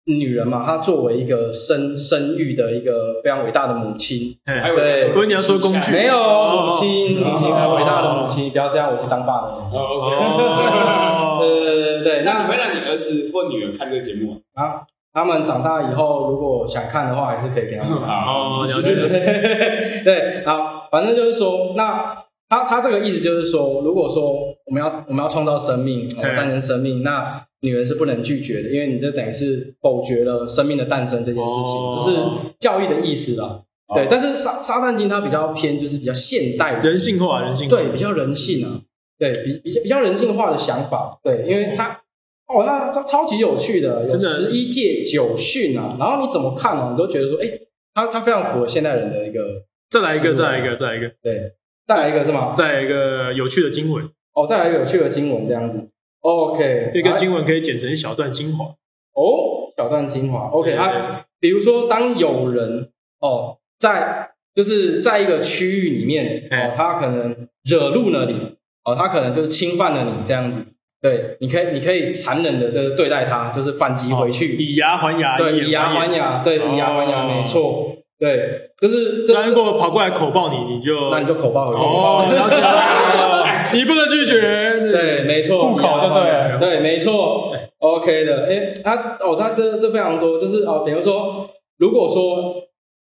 Speaker 4: 女人嘛，她作为一个生生育的一个非常伟大的母亲，
Speaker 2: 还
Speaker 1: 哎
Speaker 2: 有
Speaker 4: 对
Speaker 1: 不过你要说工具
Speaker 4: 没有
Speaker 1: 哦
Speaker 4: 母亲，
Speaker 2: 哦
Speaker 4: 母亲非常伟大的母亲，不要这样，我是当爸的。
Speaker 2: 哦，OK。
Speaker 1: 哦，
Speaker 4: 对对对对，
Speaker 2: 那
Speaker 4: 那
Speaker 2: 你会让你儿子或女儿看这个节目
Speaker 4: 啊，他们长大以后如果想看的话，还是可以给他 们看。
Speaker 2: 啊？
Speaker 1: 哦，了解
Speaker 4: 对。对 对，好，反正就是说，那他他这个意思就是说，如果说我们要我们要创造生命，哦
Speaker 1: 嗯
Speaker 4: 诞生生命，那女人是不能拒绝的，因为你这等于是否决了生命的诞生这件事
Speaker 1: 哦
Speaker 4: 情，这是教育的意思啦。对，但是撒撒旦经它比较偏，就是比较现代的
Speaker 1: 人性化，人性化。
Speaker 4: 对，比较人性啊，对比比较比较人性化的想法，对，因为他哦，他他超级有趣的，有
Speaker 1: 真的
Speaker 4: 十一届九训啊，然后你怎么看哦、你都觉得说，哎、他他非常符合现代人的一个
Speaker 1: 再来一个，
Speaker 4: 思维
Speaker 1: 再来一个，再来一个，
Speaker 4: 对，再来一个是吗？
Speaker 1: 再来一个有趣的经文。
Speaker 4: 哦，再来一个有趣的经文这样子，OK，
Speaker 1: 一个
Speaker 4: 来
Speaker 1: 经文可以剪成一小段精华。
Speaker 4: 哦，小段精华，OK，
Speaker 1: 对
Speaker 4: 他、
Speaker 1: 对对
Speaker 4: 比如说，当有人哦，在就是在一个区域里面哦
Speaker 1: 嗯，
Speaker 4: 他可能惹怒了你，哦，他可能就是侵犯了你这样子，对，你可以你可以残忍的对对待他，就是反击回去，
Speaker 1: 哦以牙还牙，
Speaker 4: 对，
Speaker 1: 眼
Speaker 4: 以牙还
Speaker 1: 眼。
Speaker 4: 牙，对，
Speaker 1: 哦
Speaker 4: 以牙还牙，没错，对，就是这
Speaker 1: 那如果跑过来口爆你，你就
Speaker 4: 那你就口爆回去，
Speaker 1: 哦，了解 了，你不能拒绝。
Speaker 4: 对，没错，
Speaker 3: 户口就对了
Speaker 4: 对，没错，OK 的。哎，他哦，他这这非常多，就是哦，比如说，如果说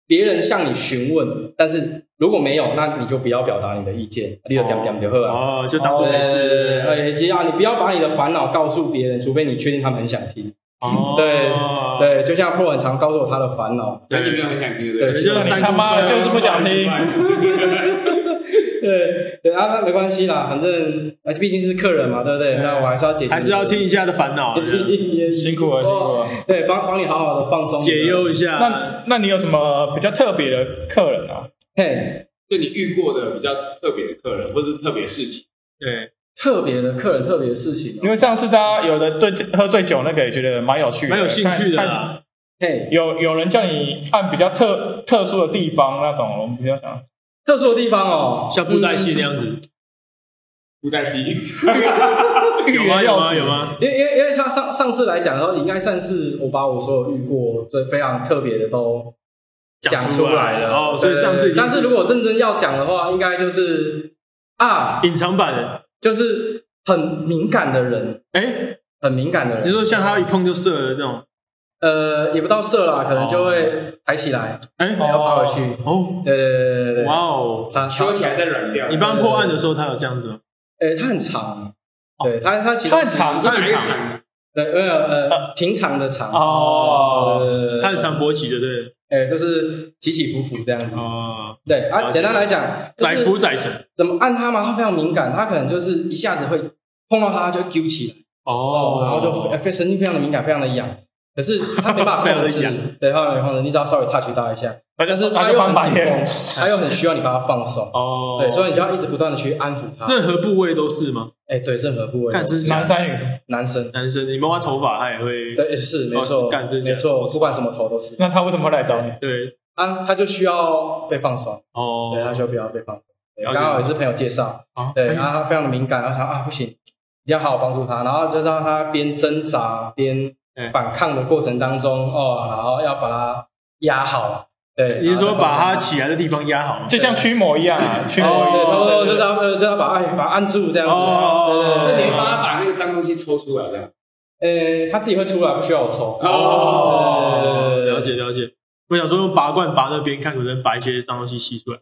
Speaker 4: 别人向你询问，但是如果没有，那你就不要表达你的意见，你就点点就喝啊。
Speaker 1: 哦，就当做
Speaker 4: 对
Speaker 1: 没
Speaker 4: 对
Speaker 1: 事。
Speaker 4: 啊对对，哎，也要你不要把你的烦恼告诉别人，除非你确定他们很想听。
Speaker 1: 哦
Speaker 4: 对对，就像破很常告诉我他的烦恼，
Speaker 2: 那你没有很想听
Speaker 4: 对
Speaker 2: 对不
Speaker 1: 你
Speaker 2: 对？
Speaker 1: 就
Speaker 3: 你
Speaker 1: 三
Speaker 3: 他妈的
Speaker 1: 公分
Speaker 3: 就是不想听
Speaker 2: 不好意思不好意思
Speaker 4: 对对啊，那没关系啦，反正呃毕竟是客人嘛，对不对？那我还是要解决，
Speaker 1: 还是要 听一下的烦恼，
Speaker 3: 辛苦了，辛苦了。
Speaker 4: 哦对，帮帮你好好的放松
Speaker 1: 解。忧一下。
Speaker 3: 那那你有什么比较特别的客人啊？
Speaker 4: 嘿，
Speaker 2: 就你遇过的比较特别的客人，或是特别事情，
Speaker 1: 对，
Speaker 4: 特别的客人，特别的事情、
Speaker 3: 因
Speaker 4: 哦，
Speaker 3: 为上次大家有的对喝醉酒那个也觉得蛮有趣的，
Speaker 1: 蛮有兴趣的
Speaker 3: 看
Speaker 1: 啦
Speaker 3: 看。
Speaker 4: 嘿，
Speaker 3: 有有人叫你按比较特特殊的地方那种，我们比较想
Speaker 4: 特殊的地方哦，
Speaker 1: 像布袋戏
Speaker 4: 嗯
Speaker 1: 那样子，
Speaker 2: 不带 戏。
Speaker 1: 有吗？
Speaker 3: 欲言
Speaker 1: 有
Speaker 3: 又
Speaker 1: 吗？
Speaker 3: 止
Speaker 1: 有吗？
Speaker 4: 嗯因为因为因为上上上次来讲的时候，应该算是我把我所有遇过最非常特别的都
Speaker 1: 讲
Speaker 4: 讲
Speaker 1: 出
Speaker 4: 出
Speaker 1: 来
Speaker 4: 来了
Speaker 1: 哦所以
Speaker 4: 对对
Speaker 1: 上次
Speaker 4: 对
Speaker 1: 已经
Speaker 4: 但是如果认真要讲的话，应该就是啊，
Speaker 1: 隐藏版的，
Speaker 4: 就是很敏感的人，
Speaker 1: 哎，
Speaker 4: 很敏感的人。
Speaker 1: 你说像他一碰就射的这种，
Speaker 4: 呃，也不到射啦，可能就
Speaker 1: 哦
Speaker 4: 会抬起来，
Speaker 1: 哎，
Speaker 4: 然后爬回去。
Speaker 1: 哦，
Speaker 4: 对对对对对
Speaker 1: 哇
Speaker 4: 对，
Speaker 1: 哦！
Speaker 4: 他
Speaker 2: 修
Speaker 4: 他
Speaker 2: 起来再软掉。
Speaker 1: 你帮他破案的时候，他有这样子吗？
Speaker 4: 呃，他很长，对他他其实
Speaker 3: 他很长
Speaker 2: 你说哪一
Speaker 1: 哦他很
Speaker 2: 场？
Speaker 4: 对呃呃平常的长，
Speaker 3: 哦，
Speaker 4: 呃，
Speaker 1: 他很长勃起的，对，
Speaker 4: 呃就是起起伏伏这样子。
Speaker 1: 哦，
Speaker 4: 对啊，
Speaker 1: 了解
Speaker 4: 简单来讲，嗯就是
Speaker 1: 载浮载沉，
Speaker 4: 怎么按它嘛，它非常敏感，它可能就是一下子会碰到它就揪起来，
Speaker 1: 哦
Speaker 4: 然后就非非神经非常的敏感，非常的痒。可是它没办法
Speaker 1: 非常
Speaker 4: 控
Speaker 1: 地
Speaker 4: 制
Speaker 1: 痒，
Speaker 4: 对，它没办法控制，你只要稍微 touch 它 一下，但是它
Speaker 3: 他
Speaker 4: 又
Speaker 3: 翻
Speaker 4: 很
Speaker 3: 白
Speaker 4: 紧
Speaker 3: 眼
Speaker 4: 绷，，它又很需要你把它放手，
Speaker 1: 哦，
Speaker 4: 对，所以你就要一直不断的去安抚它。
Speaker 1: 任何部位都是吗？
Speaker 4: 哎，对，任何部位
Speaker 1: 干
Speaker 4: 都
Speaker 1: 真
Speaker 4: 是
Speaker 1: 是
Speaker 3: 男三女，
Speaker 4: 男生，
Speaker 1: 男生，你摸他头发，他也会，
Speaker 4: 对，是没
Speaker 1: 哦
Speaker 4: 错
Speaker 1: 是干真，假
Speaker 4: 没错，不管什么头都是
Speaker 3: 那他为什么会来找你？
Speaker 1: 对，
Speaker 4: 啊，它就需要被放手。
Speaker 1: 哦
Speaker 4: 对，，他就不要被放手。对
Speaker 1: 了解
Speaker 4: 刚好也是朋友介绍
Speaker 1: 哦，
Speaker 4: 对，啊
Speaker 1: 哎
Speaker 4: 然后他非常的敏感，然后想啊不行，一定要好好帮助他，然后就让他边挣扎边
Speaker 1: 嗯
Speaker 4: 反抗的过程当中，哦，然后要把他压好，对，
Speaker 1: 你是说把他
Speaker 4: 他
Speaker 1: 起来的地方压好吗？
Speaker 3: 就像驱魔一样啊，驱魔
Speaker 4: 哦，
Speaker 3: 一
Speaker 4: 对，差不多
Speaker 3: 样
Speaker 4: 就是要呃就是要把哎把他按住这样子，
Speaker 1: 哦
Speaker 4: 对
Speaker 2: 这
Speaker 4: 对
Speaker 2: 你还
Speaker 4: 对
Speaker 2: 帮他把那个脏东西抽出来，这样。
Speaker 4: 对，呃，他自己会出来，不需要我抽。
Speaker 1: 哦，
Speaker 4: 对对对对对对
Speaker 1: 了解了解。我想说用拔罐拔那边，看可能把一些脏东西吸出来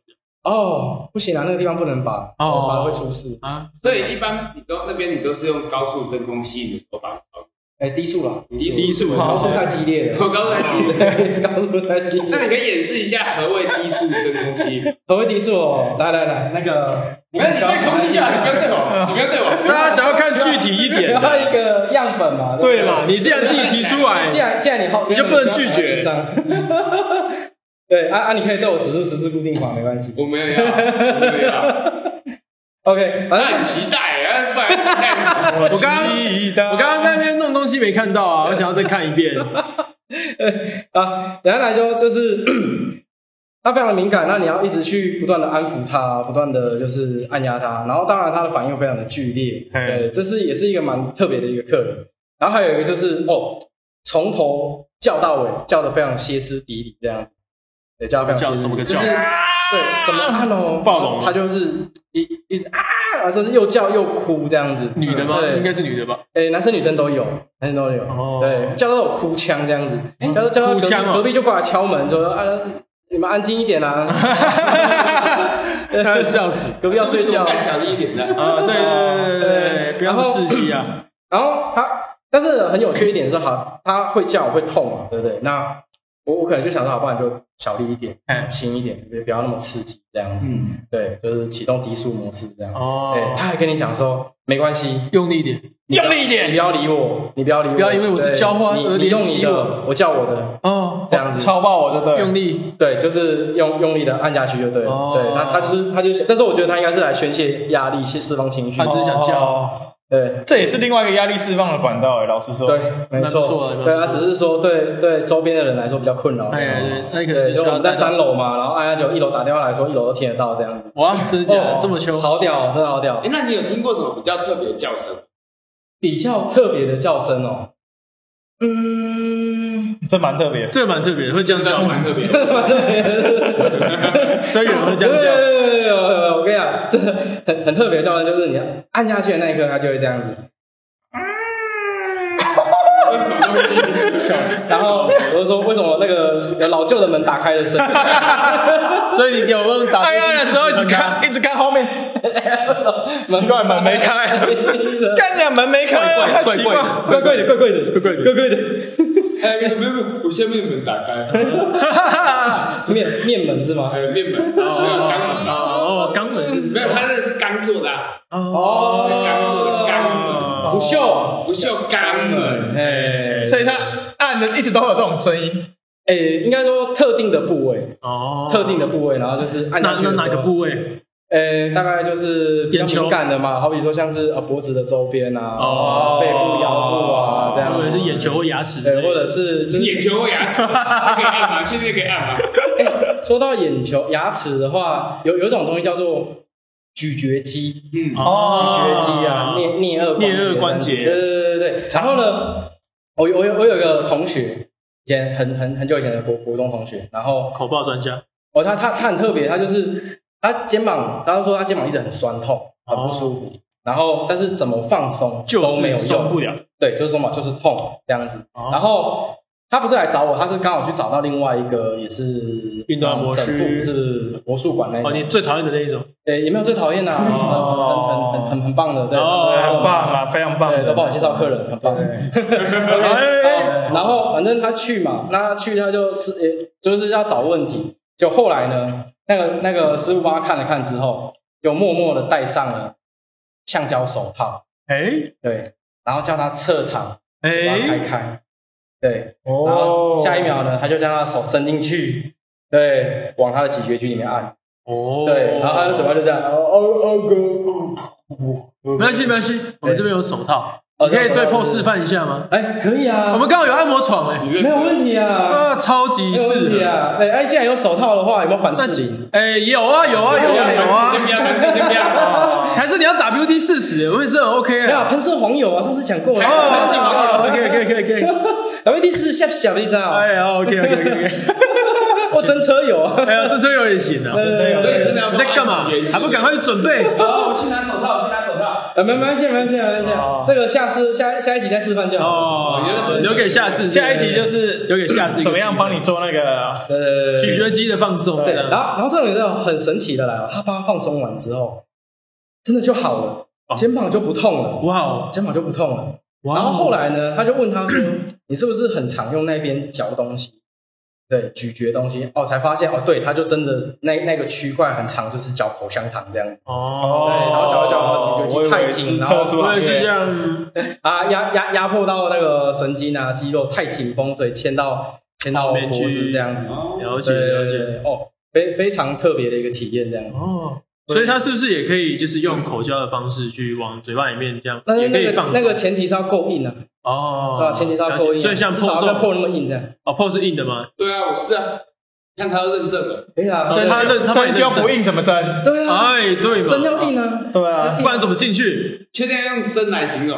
Speaker 4: 哦，不行啊，那个地方不能拔，
Speaker 1: 哦
Speaker 4: 拔了会出事。
Speaker 1: 啊。
Speaker 2: 所以一般你都那边你都是用高速真空吸引的手法，
Speaker 4: 哎，低速了，
Speaker 1: 低速
Speaker 4: 高
Speaker 1: 好
Speaker 4: 速太激烈了，
Speaker 2: 我高速来 吸引。
Speaker 4: 高速太激 烈
Speaker 2: 那。你可以演示一下何谓低速真空吸？
Speaker 4: 何为敌是我？来来来，那个，
Speaker 2: 没有，你对空气就好，你不要对我，你不要对我。
Speaker 1: 大家想要看具体一点
Speaker 4: 要一
Speaker 1: 的，
Speaker 4: 个样本嘛？
Speaker 1: 对
Speaker 4: 嘛
Speaker 1: 嘛？？你既然自己提出来，
Speaker 4: 哎 既然既然你后，
Speaker 1: 你就不能拒绝
Speaker 4: 你就要把它上 对啊啊，你可以对我指数十字固定法，没关系。
Speaker 2: 我没有要，我没有要，
Speaker 4: OK，
Speaker 2: 那
Speaker 4: 反正
Speaker 2: 很期待，那不然期待什么？
Speaker 3: 我
Speaker 1: 哎刚刚
Speaker 3: 期待
Speaker 1: 我刚刚在那边弄东西没看到啊，我想要再看一 遍。
Speaker 4: 啊，简单来说就是 他非常的敏感，那你要一直去不断的安抚他，不断的就是按压他，然后当然他的反应非常的剧烈，
Speaker 1: 嗯
Speaker 4: 对，这是也是一个蛮特别的一个客人。然后还有一个就是哦，从头叫到尾，叫的非常歇斯底里这样子，对，叫的非常歇斯
Speaker 1: 怎
Speaker 4: 底
Speaker 1: 么
Speaker 4: 里，
Speaker 1: 个
Speaker 4: 就
Speaker 1: 叫啊
Speaker 4: 是对怎么按哦，
Speaker 1: 暴龙吗
Speaker 4: 他就是一一直啊，然后就是又叫又哭这样子，
Speaker 1: 女的吗？
Speaker 4: 对
Speaker 1: 应该是女的 吧？
Speaker 4: 诶，哎男生女生都有，男生都有。
Speaker 1: 哦
Speaker 4: 对，叫到我哭腔这样子，叫到叫到
Speaker 1: 哭
Speaker 4: 隔壁
Speaker 1: 腔哦
Speaker 4: 隔壁就过来敲门，说：“啊，你们安静一点 啊，
Speaker 1: 笑 死！
Speaker 4: 隔壁要睡觉。
Speaker 2: 敢小力一点的。
Speaker 1: 啊，对对对对对，不要那么刺激 啊！”
Speaker 4: 然后他，但是很有趣一点是，好，他会叫我会痛嘛，对不对？那我我可能就想说，好，不然就小力一点
Speaker 1: 哎，
Speaker 4: 轻一点，别不要那么刺激这样子。
Speaker 2: 嗯，
Speaker 4: 对，就是启动低速模式这样。对，
Speaker 1: 哦，
Speaker 4: 他还跟你讲说，没关系，
Speaker 1: 用力一点
Speaker 3: 用力一
Speaker 4: 你
Speaker 3: 点
Speaker 4: 不，要理我，你不要理我，
Speaker 1: 不要因为我是
Speaker 4: 对
Speaker 1: 浇花
Speaker 4: 你
Speaker 1: 而
Speaker 4: 你用
Speaker 1: 怜
Speaker 4: 你
Speaker 1: 惜
Speaker 4: 的
Speaker 1: 我，
Speaker 4: 我叫我的，
Speaker 1: 哦，
Speaker 4: 这样子。
Speaker 3: 超爆我就对了，
Speaker 1: 用力
Speaker 4: 对，就是用用力的按下去就对了。
Speaker 1: 哦
Speaker 4: 对，他他就是他就是，但是我觉得他应该是来宣泄压力、释释放情绪。
Speaker 1: 他只是想叫
Speaker 3: 哦，
Speaker 4: 对
Speaker 3: 这也是另外一个压力释放的管道哎，老实说，
Speaker 4: 对，，没
Speaker 1: 蛮不错
Speaker 4: 错
Speaker 1: 的蛮不错，
Speaker 4: 对他只是说对对周边的人来说比较困扰。哦
Speaker 1: 哎对那可能
Speaker 4: 对，
Speaker 1: 就需
Speaker 4: 就我
Speaker 1: 要
Speaker 4: 们在三楼嘛，然后按下九一楼打电话来说，一楼都听得到这样子。
Speaker 1: 哇，真的假的
Speaker 4: 哦？
Speaker 1: 这么秋
Speaker 4: 好屌哦，真的好屌
Speaker 2: 哎，！那你有听过什么比较特别的叫声？
Speaker 4: 比较特别的叫声哦，嗯，
Speaker 3: 这蛮特别的。
Speaker 1: 这蛮特别的，会这样叫吗？
Speaker 2: 蛮特别的。
Speaker 4: 蛮特别的。
Speaker 1: 所以有人会这样
Speaker 4: 对
Speaker 1: 叫。
Speaker 4: 对对对对对我跟你讲，这很很特别的叫声，就是你按下去的那一刻，它就会这样子。
Speaker 2: 这是什么东西？笑死！
Speaker 4: 然后我就说，为什么那个有老旧的门打开的声音？哎
Speaker 1: 所以你有没有打？哎
Speaker 3: 按压的时候一直看，一直看后面面
Speaker 4: 门
Speaker 3: 奇怪门没开，干你娘门没开啊，
Speaker 1: 怪怪
Speaker 3: 奇怪
Speaker 1: 怪怪
Speaker 3: 怪的，怪怪的，
Speaker 1: 怪怪的
Speaker 3: 怪怪的，
Speaker 2: 哎，没有没有，我先面门打开，
Speaker 4: 面面门是吗？
Speaker 2: 呃，面门，没有肛门吧？
Speaker 1: 哦，肛门是
Speaker 2: 没有，它那个是钢做的啊，
Speaker 1: 哦
Speaker 2: 钢做的肛门，
Speaker 3: 不锈，
Speaker 2: 不锈钢门。
Speaker 3: 哎，所以它 按的一直都会有这种声音，
Speaker 4: 诶，应该说特定的部位，
Speaker 1: 哦，
Speaker 4: 特定的部位，然后就是按
Speaker 1: 那
Speaker 4: 下去
Speaker 1: 那
Speaker 4: 的
Speaker 1: 哪
Speaker 4: 时
Speaker 1: 个
Speaker 4: 候，
Speaker 1: 部位？
Speaker 4: 诶，大概就是比较
Speaker 1: 眼球
Speaker 4: 敏感的嘛，好比说像是呃脖子的周边啊
Speaker 1: 哦，
Speaker 4: 背部、腰部啊这样子，
Speaker 1: 或者是眼球或牙齿之类
Speaker 4: 对，
Speaker 1: 的，
Speaker 4: 或者是就是
Speaker 2: 眼球或牙齿，可以按吗？现在可以按吗？
Speaker 4: 说到眼球、牙齿的话，有有一种东西叫做咀嚼肌，
Speaker 2: 嗯，
Speaker 4: 咀
Speaker 1: 哦
Speaker 4: 嚼肌啊，颞颞颌
Speaker 1: 颞颌关节
Speaker 4: 节，对对对对对。然后呢，我有我有我有一个同学，以前很很很久以前的国国中同学，然后
Speaker 1: 口爆专家，
Speaker 4: 哦，他他他很特别，他就是他肩膀，他说他肩膀一直很酸痛，很不舒服。然后，但是怎么放松
Speaker 1: 哦就
Speaker 4: 都没有
Speaker 1: 是松
Speaker 4: 用，
Speaker 1: 不了。
Speaker 4: 对，就是松嘛，就是痛这样子。
Speaker 1: 哦
Speaker 4: 然后他不是来找我，他是刚好去找到另外一个也是呃
Speaker 1: 运动按摩
Speaker 4: 整
Speaker 1: 师
Speaker 4: 复，不是魔术馆那一
Speaker 1: 哦，
Speaker 4: 种，
Speaker 1: 你最讨厌的那一种，
Speaker 4: 对，也没有最讨厌的啊，
Speaker 1: 哦
Speaker 4: 很很很很很棒的，对，
Speaker 1: 哦
Speaker 4: 对
Speaker 3: 很棒，啊，非常棒，
Speaker 4: 对，都帮我介绍客人，很棒。
Speaker 1: 哎，
Speaker 4: 然后反正他去嘛，那他去他就是诶，就是要找问题。就后来呢，那个那个师傅帮他看了看之后，就默默的戴上了橡胶手套，
Speaker 1: 哎
Speaker 4: 对，然后叫他侧躺，把它开
Speaker 1: 哎，
Speaker 4: 开，对，然后
Speaker 3: 哦，
Speaker 4: 下一秒呢，他就将他的手伸进去，对，往他的咀嚼肌里面按，
Speaker 1: 哦，
Speaker 4: 对，然后他的嘴巴就这样，哦哦哦哥，
Speaker 1: 没关系没关系，我们这边有手套，
Speaker 4: 哦
Speaker 1: 你可以
Speaker 4: 这
Speaker 1: 对
Speaker 4: 边有手套
Speaker 1: PO 示范一下吗？
Speaker 4: 哎，可以啊，
Speaker 1: 我们刚好有按摩床哎，
Speaker 4: 没有问题啊，
Speaker 1: 啊，超级
Speaker 4: 没有
Speaker 1: 适
Speaker 4: 问
Speaker 1: 合。
Speaker 4: 题啊，对，哎，既然有手套的话，有没有反
Speaker 1: 那
Speaker 4: 视力？
Speaker 1: 哎，有啊有啊有啊有
Speaker 2: 先不
Speaker 1: 啊，
Speaker 2: 要，先不要。
Speaker 1: 还是你要 WD 四十，我也是很 OK
Speaker 4: 没有
Speaker 1: 啊。
Speaker 4: 喷射黄油啊，上次讲过了。
Speaker 1: 哦
Speaker 2: 还有
Speaker 4: 喷射黄 油
Speaker 1: 哦，OK OK OK OK，
Speaker 4: 然后第四下下，你知道？
Speaker 1: 哎呀 OK OK OK OK，
Speaker 4: 我啊真车友啊。
Speaker 1: 哎呀，这车有也行啊。
Speaker 3: 真有
Speaker 2: 所以真的要
Speaker 1: 你在干嘛？还不赶快去准备？
Speaker 2: 好，我去拿手套，我去拿手套。
Speaker 4: 呃，没没关系，没关系，没关系
Speaker 3: 哦。
Speaker 4: 这个下次下下一集再示范就好。
Speaker 1: 哦，留给下次，
Speaker 3: 下一集就是
Speaker 1: 留给下次一个
Speaker 3: 怎么样帮你做那个
Speaker 4: 呃，
Speaker 1: 咀嚼肌的放松。
Speaker 4: 对，
Speaker 1: 这样
Speaker 4: 然后然后这种这很神奇的来了，他帮他放松完之后，真的就好了，肩膀就不痛了，
Speaker 1: 哇哦，
Speaker 4: 肩膀就不痛了。
Speaker 1: 哇哦
Speaker 4: 然后后来呢，他就问他说：“你是不是很常用那边嚼东西？对，咀嚼东西哦，才发现哦，对，他就真的那那个区块很长，就是嚼口香糖这样子
Speaker 1: 哦，
Speaker 4: 对然后嚼一嚼然后咀嚼肌太紧然后
Speaker 3: 特殊
Speaker 1: 我
Speaker 3: 行
Speaker 1: 也是这
Speaker 3: 业，
Speaker 1: 样，
Speaker 4: 啊，压压压迫到那个神经啊，肌肉太紧绷，所以牵到牵到
Speaker 1: 面
Speaker 4: 脖
Speaker 1: 去
Speaker 4: 子这样子，
Speaker 1: 了解
Speaker 4: 对对
Speaker 1: 了
Speaker 4: 对
Speaker 1: 解。
Speaker 4: 对哦，非非常特别的一个体验这样子。
Speaker 1: 哦，所以它是不是也可以就是用口交的方式去往嘴巴里面这样，
Speaker 4: 但是
Speaker 1: 也可
Speaker 4: 呃那
Speaker 1: 以
Speaker 4: 个
Speaker 1: 放
Speaker 4: 那
Speaker 1: 松
Speaker 4: 个前提是要够硬啊，对吧？
Speaker 1: 哦，
Speaker 4: 前提是要够硬啊，
Speaker 1: 所以像
Speaker 4: 至
Speaker 1: p
Speaker 4: 少要跟
Speaker 1: 破
Speaker 4: 破那么硬这样，
Speaker 1: 哦 p 是硬的吗？
Speaker 2: 对啊，我是啊，看他认证了。
Speaker 4: 可以啊，
Speaker 1: 这
Speaker 4: 真
Speaker 1: 他认他帮你
Speaker 3: 针
Speaker 1: 认
Speaker 3: 灸
Speaker 1: 证
Speaker 3: 不硬怎么针？
Speaker 4: 对啊，
Speaker 1: 哎，对
Speaker 4: 真
Speaker 1: 嘛，哦
Speaker 4: 要硬啊，
Speaker 3: 对啊
Speaker 4: 真
Speaker 1: 不
Speaker 4: 要硬
Speaker 1: 然怎么进去？
Speaker 2: 确定要用真来形容，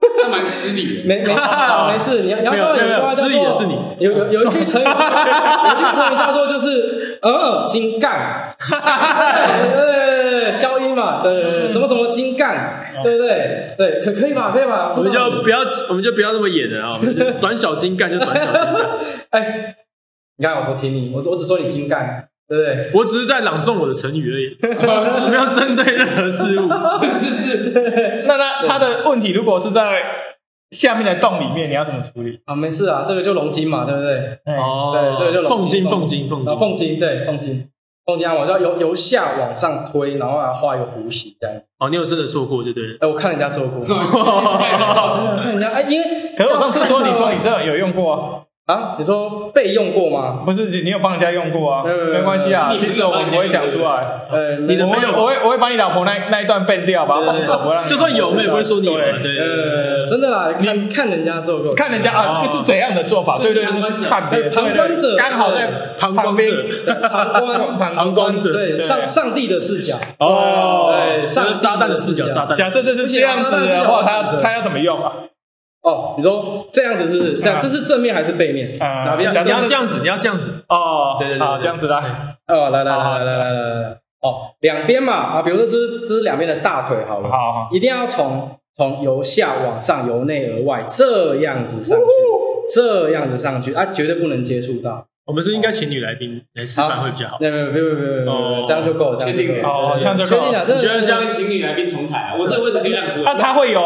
Speaker 2: 那蛮失礼的。
Speaker 4: 没没事啊，没事，你要你要
Speaker 1: 没有
Speaker 4: 说
Speaker 1: 没有没
Speaker 4: 句
Speaker 1: 有
Speaker 4: 话叫
Speaker 1: 失礼的
Speaker 4: 做
Speaker 1: 是你
Speaker 4: 有有有一句成 语，有一句成语叫做就是呃精干，呃消音嘛，对对对，什么什么精干，对不对？对，可可以吧？可以吧？
Speaker 1: 我们就不要我们就不要那么演 了啊，我们就是短小精干就短小精干。
Speaker 4: 哎，你看我多听你，我只我只说你精干，对不对？
Speaker 1: 我只是在朗诵我的成语而已， 我没有针对任何事物。
Speaker 2: 是是是，
Speaker 3: 那那他的问题如果是在下面的洞里面，你要怎么处理？
Speaker 4: 啊，没事啊，这个就龙筋嘛，对不对？
Speaker 3: 哦，
Speaker 1: 哦
Speaker 4: 对，，这个就龙
Speaker 1: 凤
Speaker 4: 筋，
Speaker 1: 金凤金凤
Speaker 4: 然
Speaker 1: 金
Speaker 4: 后凤筋，对，凤筋，凤筋按摩，就要由由下往上推，然后要画一个弧形这样。
Speaker 1: 哦，你有真的做过就对了。
Speaker 4: 哎，我看人家做 过，对我看人家，哎，因为
Speaker 3: 可是我上次说你说你这有用过
Speaker 4: 啊，你说备用过吗
Speaker 3: 啊，？不是你有帮人家用过啊？
Speaker 4: 呃
Speaker 3: 没关系啊，
Speaker 2: 是你
Speaker 3: 其实我们不会讲出来。
Speaker 4: 呃，
Speaker 1: 你的
Speaker 3: 我
Speaker 1: 朋
Speaker 3: 会
Speaker 1: 友
Speaker 3: 我会我会把你老婆那那一段变掉，把它放手，不会让你
Speaker 1: 就算有，我们也不会说你有嘛。对，
Speaker 4: 呃，真的啦，看看人家做过，
Speaker 3: 看人家啊
Speaker 1: 哦
Speaker 3: 是怎样的做法，对对，
Speaker 2: 旁观者
Speaker 3: 是看
Speaker 1: 哎
Speaker 3: 别人
Speaker 4: 旁观者
Speaker 3: 刚好在
Speaker 1: 旁观者
Speaker 3: 边
Speaker 4: 旁观
Speaker 1: 旁观者
Speaker 4: 对上上帝的视角，
Speaker 3: 哦
Speaker 4: 对，上
Speaker 1: 这是撒旦的视角，撒旦。
Speaker 3: 假设这是这样子的话，他要他要怎么用啊？
Speaker 4: 哦，你说这样子是不是这样？这是正面还是背面？
Speaker 3: 啊
Speaker 4: 哪边
Speaker 1: 你要
Speaker 4: 是
Speaker 1: 你
Speaker 4: 正
Speaker 1: 要
Speaker 4: 面？
Speaker 1: 这样子，你要这样子。
Speaker 3: 哦，
Speaker 1: 对对对对
Speaker 3: 好，这样子来，
Speaker 4: 哦，来来来来来来来来，哦，两边嘛啊，比如说这是这是两边的大腿好了，
Speaker 3: 好好
Speaker 4: 一定要从从由下往上，由内而外这样子上去，这样子上去啊，绝对不能接触到。
Speaker 1: 我们是应该请女来宾来示范会比较好。
Speaker 4: 没有没有没有没有没有没
Speaker 1: 哦
Speaker 4: 有，这样就够，这样
Speaker 2: 确
Speaker 4: 就
Speaker 2: 定
Speaker 4: 够。
Speaker 1: 哦，这样就
Speaker 4: 确定了，真
Speaker 2: 我
Speaker 4: 的
Speaker 2: 觉得这
Speaker 4: 是
Speaker 2: 样请你来宾同台啊，我这个位置可以让出
Speaker 3: 那
Speaker 2: 来。
Speaker 3: 他会 有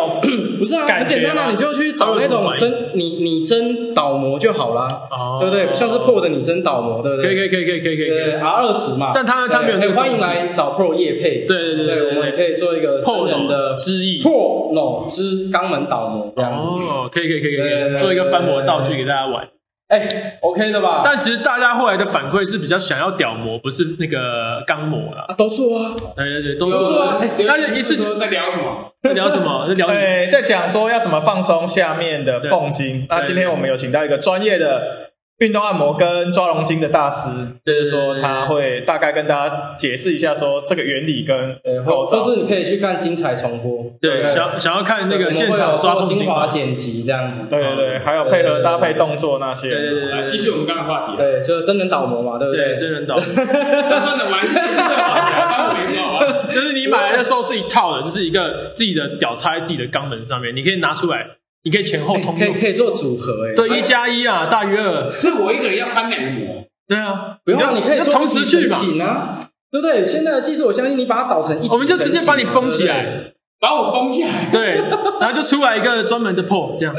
Speaker 4: 不是啊，
Speaker 3: 感
Speaker 4: 很
Speaker 3: 觉
Speaker 4: 简单
Speaker 3: 吗
Speaker 4: 啊，你就去找那
Speaker 1: 他
Speaker 4: 种
Speaker 1: 会怎么
Speaker 4: 真你你真导模就好啦，
Speaker 1: 哦
Speaker 4: 对不对？像是 Pro 的你真导模，对不
Speaker 1: 可以
Speaker 4: 对？
Speaker 1: 可以可以可以可以可以可以。
Speaker 4: R 二十嘛，
Speaker 1: 但他他没有
Speaker 4: 对
Speaker 1: 那个
Speaker 4: 哎欢迎
Speaker 1: 东西
Speaker 4: 来找 Pro 叶配，
Speaker 1: 对对对
Speaker 4: 对，我们也可以做一个真
Speaker 1: Pro
Speaker 4: 人的
Speaker 1: 之意。
Speaker 4: Pro No 之肛门导模这样子，
Speaker 1: 哦，可以可以可以
Speaker 4: 对对
Speaker 1: 可以，
Speaker 4: 对
Speaker 1: 做一个翻模道具给大家玩。
Speaker 4: 哎，OK 的吧？
Speaker 1: 但其实大家后来的反馈是比较想要屌模，不是那个钢模啦。
Speaker 4: 啊，都做啊，
Speaker 1: 对对对，都
Speaker 4: 有
Speaker 1: 做
Speaker 4: 做
Speaker 1: 啊
Speaker 4: 啊。
Speaker 1: 哎
Speaker 2: 刘
Speaker 1: 那就一次就
Speaker 2: 说在聊什么？
Speaker 1: 在聊什么？在聊什么
Speaker 3: 对，哎在讲说要怎么放松下面的缝筋。那今天我们有请到一个专业的运动按摩跟抓龙筋的大师，就是说他会大概跟大家解释一下说这个原理跟
Speaker 4: 对，或
Speaker 3: 构
Speaker 4: 呃或
Speaker 3: 造。
Speaker 4: 是你可以去看精彩重播，
Speaker 1: 对，
Speaker 4: 不
Speaker 1: 想想要看那
Speaker 4: 对我
Speaker 1: 个
Speaker 4: 们
Speaker 1: 现
Speaker 4: 会
Speaker 1: 场
Speaker 4: 有
Speaker 1: 抓
Speaker 4: 做
Speaker 1: 风
Speaker 4: 精
Speaker 1: 景
Speaker 4: 华
Speaker 1: 吗。
Speaker 4: 剪辑这样子，
Speaker 3: 对对对，还有配合搭配动作那些。
Speaker 1: 对对对
Speaker 2: 来
Speaker 1: 对
Speaker 2: 继
Speaker 1: 对
Speaker 2: 续我们刚刚的话题。啊
Speaker 4: 对，就是真人导模嘛，对不
Speaker 1: 对，真人导模。
Speaker 2: 那算了，我还是这个话题啊，当我没说好 吧？
Speaker 1: 就是你买来的时候是一套的，就是一个自己的屌插在自己的肛门上面，你可以拿出来，你可以前后通
Speaker 4: 哎可以
Speaker 1: 用。
Speaker 4: 可以做组合哎，
Speaker 1: 对，一加一啊，大于二。
Speaker 2: 所以我一个人要翻两个模，
Speaker 1: 对啊，
Speaker 4: 不用
Speaker 1: 就
Speaker 4: 啊，你可以
Speaker 1: 就
Speaker 4: 做
Speaker 1: 同
Speaker 4: 一
Speaker 1: 时
Speaker 4: 体
Speaker 1: 去嘛
Speaker 4: 成。型啊，对不对？现在的技术，我相信你把它导成一体成型嘛，
Speaker 1: 我们就直接把你封起
Speaker 4: 对不对。
Speaker 1: 来，
Speaker 2: 把我封起来。
Speaker 1: 对，然后就出来一个专门的 pole 这样，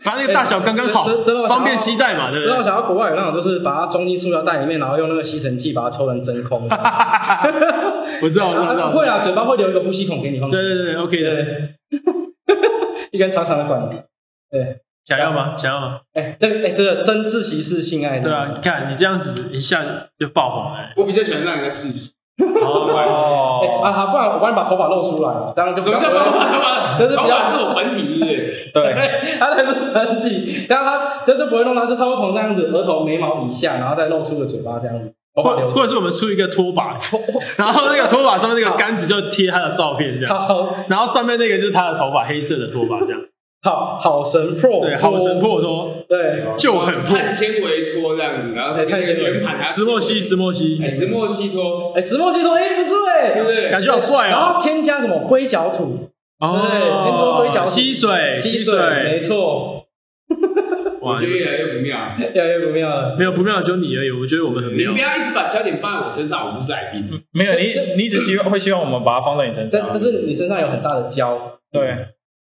Speaker 1: 反正那个大小刚刚好
Speaker 4: 哎真真的我，想要
Speaker 1: 方便携带嘛，对不
Speaker 4: 知道我
Speaker 1: 对？
Speaker 4: 想要国外有那种，就是把它装进塑料袋里面，然后用那个吸尘器把它抽成真空。
Speaker 1: 我 知道，我知道，我知
Speaker 4: 啊
Speaker 1: 道。
Speaker 4: 会啊，嘴巴会留一个呼吸孔给你放进
Speaker 1: 对
Speaker 4: 去，
Speaker 1: 对对对，OK 的。
Speaker 4: 一根长长的管子。对，
Speaker 1: 想要吗？想要吗？
Speaker 4: 哎，这个哎，这个真自习室性爱。
Speaker 1: 对啊，你看你这样子一下子就爆红了。哎
Speaker 2: 我比较喜欢让人家窒息。
Speaker 4: 哎。啊
Speaker 1: 哦，
Speaker 4: 好，不然我帮你把头发露出来，这样就
Speaker 2: 什么叫头发？
Speaker 4: 就是比较
Speaker 2: 头发是我本体，是不是？
Speaker 4: 对，它才是本体，然后它这就不会弄到，就差不多从这样子，额头、眉毛以下，然后再露出了嘴巴这样子，头发留
Speaker 1: 或
Speaker 4: 住
Speaker 1: 或。者是我们出一个拖 把，然后那个拖把上面那个杆子就贴他的照片这样。
Speaker 4: 好
Speaker 1: 然后上面那个就是他的头发，黑色的头发这样。
Speaker 4: 好好神 Pro，
Speaker 1: 对，好神，破脱
Speaker 4: 对，
Speaker 1: 就很破。
Speaker 2: 碳纤维托这样子，然后才
Speaker 4: 碳纤维
Speaker 2: 圆盘，
Speaker 1: 石墨烯，石墨烯
Speaker 2: 哎，，石墨烯托，
Speaker 4: 哎，石墨烯说，哎，不错
Speaker 2: 对不
Speaker 4: 哎，
Speaker 2: 对？
Speaker 1: 感觉好帅
Speaker 4: 然
Speaker 1: 哦。
Speaker 4: 后添加什么硅胶土，
Speaker 1: 哦，
Speaker 4: 对天竺龟脚
Speaker 1: 吸水，
Speaker 4: 吸水，没错，
Speaker 1: 哇
Speaker 2: 我觉，得越来越不妙。
Speaker 4: 越来越不妙了。
Speaker 1: 没有不妙，就你而已。我觉得我们很
Speaker 2: 你
Speaker 1: 妙
Speaker 2: 不。要一直把焦点放在我身上，我不是来宾。
Speaker 3: 没有你，你只希望会希望我们把它放在你身
Speaker 4: 但
Speaker 3: 上
Speaker 4: 但。是你身上有很大的胶，
Speaker 3: 啊对，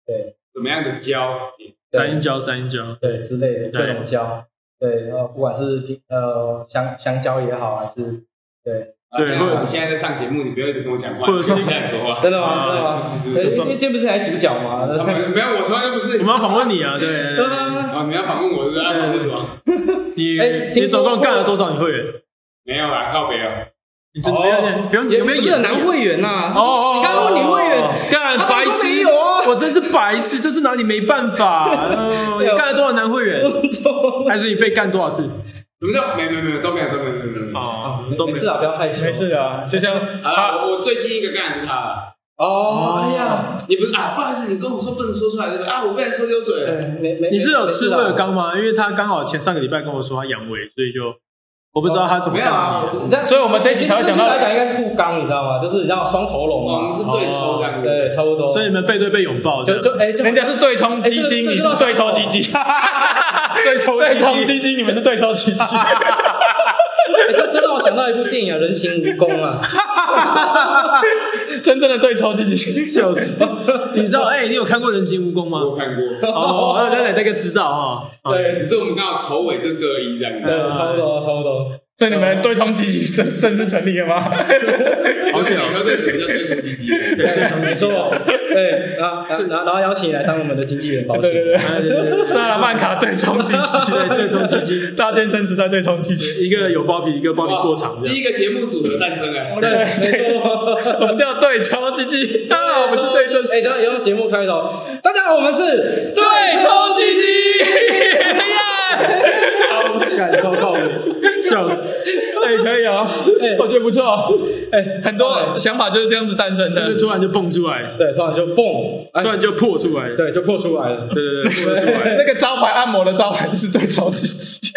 Speaker 4: 对
Speaker 2: 怎么样的胶？
Speaker 1: 三阴交，三阴交，
Speaker 4: 对之类的各种胶，对，然后不管是苹呃香香蕉也好，还是对，
Speaker 2: 啊
Speaker 1: 对
Speaker 2: 像
Speaker 1: 或者
Speaker 2: 我现在在上节目，你不要一直跟我讲话，
Speaker 1: 或者是
Speaker 2: 你在说话。
Speaker 4: 真的吗？真的
Speaker 2: 啊
Speaker 4: 吗？
Speaker 2: 是
Speaker 4: 对，
Speaker 2: 是是。
Speaker 4: 今天不是来主角吗？
Speaker 2: 他 们没有，我从来就不是
Speaker 1: 我。们要访问你啊，对对对对
Speaker 4: 啊
Speaker 2: 啊，你要访问我是不是？要访问什么？
Speaker 1: 你
Speaker 4: 哎
Speaker 1: 你
Speaker 4: 听
Speaker 1: 总
Speaker 4: 说
Speaker 1: 共干了多少女会员？
Speaker 2: 没有啦，靠北啊。
Speaker 1: 你真的
Speaker 4: 哦
Speaker 1: 没有点，不用有没有
Speaker 4: 不是有
Speaker 1: 演
Speaker 4: 男会员呐？
Speaker 1: 哦哦，
Speaker 4: 你刚刚问你会员
Speaker 1: 哦干
Speaker 4: 他
Speaker 1: 白
Speaker 4: 刚说
Speaker 1: 痴
Speaker 4: 没有啊
Speaker 1: 我真是白痴，这是拿你没办法。哦你干了多少男会员？ 还是你被干多少次？
Speaker 2: 什么叫没没没都没有都没有都没有都没有？
Speaker 1: 哦，
Speaker 4: 没没事啊，不要害羞。
Speaker 3: 没事啊，就像
Speaker 2: 好啦，我我最近一个干的是他啦。
Speaker 4: 哦，哎呀，
Speaker 2: 你不是啊？不好意思，你跟我说不能说出来，对不对？啊，我被人说溜嘴了。
Speaker 4: 哎没没，
Speaker 1: 你是有
Speaker 4: 没
Speaker 1: 吃
Speaker 4: 事
Speaker 1: 威
Speaker 4: 啊
Speaker 1: 尔？刚吗？因为他刚好前上个礼拜跟我说他阳痿，所以就我不知道他怎么
Speaker 2: 没有啊，
Speaker 1: 干的。
Speaker 2: 我
Speaker 4: 但
Speaker 3: 所以我们这一集才会讲到
Speaker 4: 正确来讲应该是互刚，你知道吗？就是你知道双头龙
Speaker 2: 我
Speaker 4: 啊呃
Speaker 2: 们，是对抽这样子。
Speaker 4: 对，差不多。
Speaker 1: 所以你们背对背拥抱，
Speaker 4: 就就哎，就
Speaker 3: 人家是对冲基
Speaker 4: 哎这
Speaker 3: 金，
Speaker 4: 这
Speaker 3: 你
Speaker 4: 就是让
Speaker 3: 对抽基金，对冲对冲基金，你们是对抽基金。
Speaker 4: 哎这这让我想到一部电影啊，《人形蜈蚣》啊，
Speaker 3: 真正的对抽基金，笑死！
Speaker 1: 你知道哎，你有看过《人形蜈蚣》
Speaker 2: 我
Speaker 1: 吗？
Speaker 2: 有看过，
Speaker 1: 哦，那那大概知道哈。哦
Speaker 2: 只
Speaker 4: 哦对
Speaker 2: 是我们刚好头尾就各一这样子。
Speaker 4: 对，差不多，差不多。
Speaker 3: 所以你们对冲基金正正式成立了吗？
Speaker 2: 所以你说这组叫对冲基金。
Speaker 4: 对，没错，对，然后然后然后邀请你来当我们的经纪人，保
Speaker 3: 对
Speaker 4: 险。
Speaker 3: 对
Speaker 1: 哎对
Speaker 3: 对，
Speaker 1: 对对
Speaker 3: 萨拉曼卡对冲基金，
Speaker 1: 对对冲基金，
Speaker 3: 大健身时代对冲基金。
Speaker 1: 一个有包皮，一个包皮
Speaker 2: 哇
Speaker 1: 过长这
Speaker 2: 第
Speaker 1: 样。
Speaker 2: 一个节目组合诞生啊了。
Speaker 3: 对，
Speaker 4: 没错。
Speaker 3: 我们叫对冲基金， 啊，我们是对冲，
Speaker 4: 哎，这样以后节目开头，大家好，我们是
Speaker 3: 对冲基金，
Speaker 1: 感超靠谱，笑死！
Speaker 3: 哎，可以哦，
Speaker 4: 哎
Speaker 3: 我觉得不错，
Speaker 4: 哎，
Speaker 3: 很多想法就是这样子诞生
Speaker 1: 但
Speaker 3: 的
Speaker 1: 是。突然就蹦出来，
Speaker 4: 对，突然就蹦，哎
Speaker 1: 突，然就破出来，对
Speaker 4: 对，就破出来了。
Speaker 1: 对对，破出 来。
Speaker 3: 那个招牌按摩的招牌就是对冲基 金，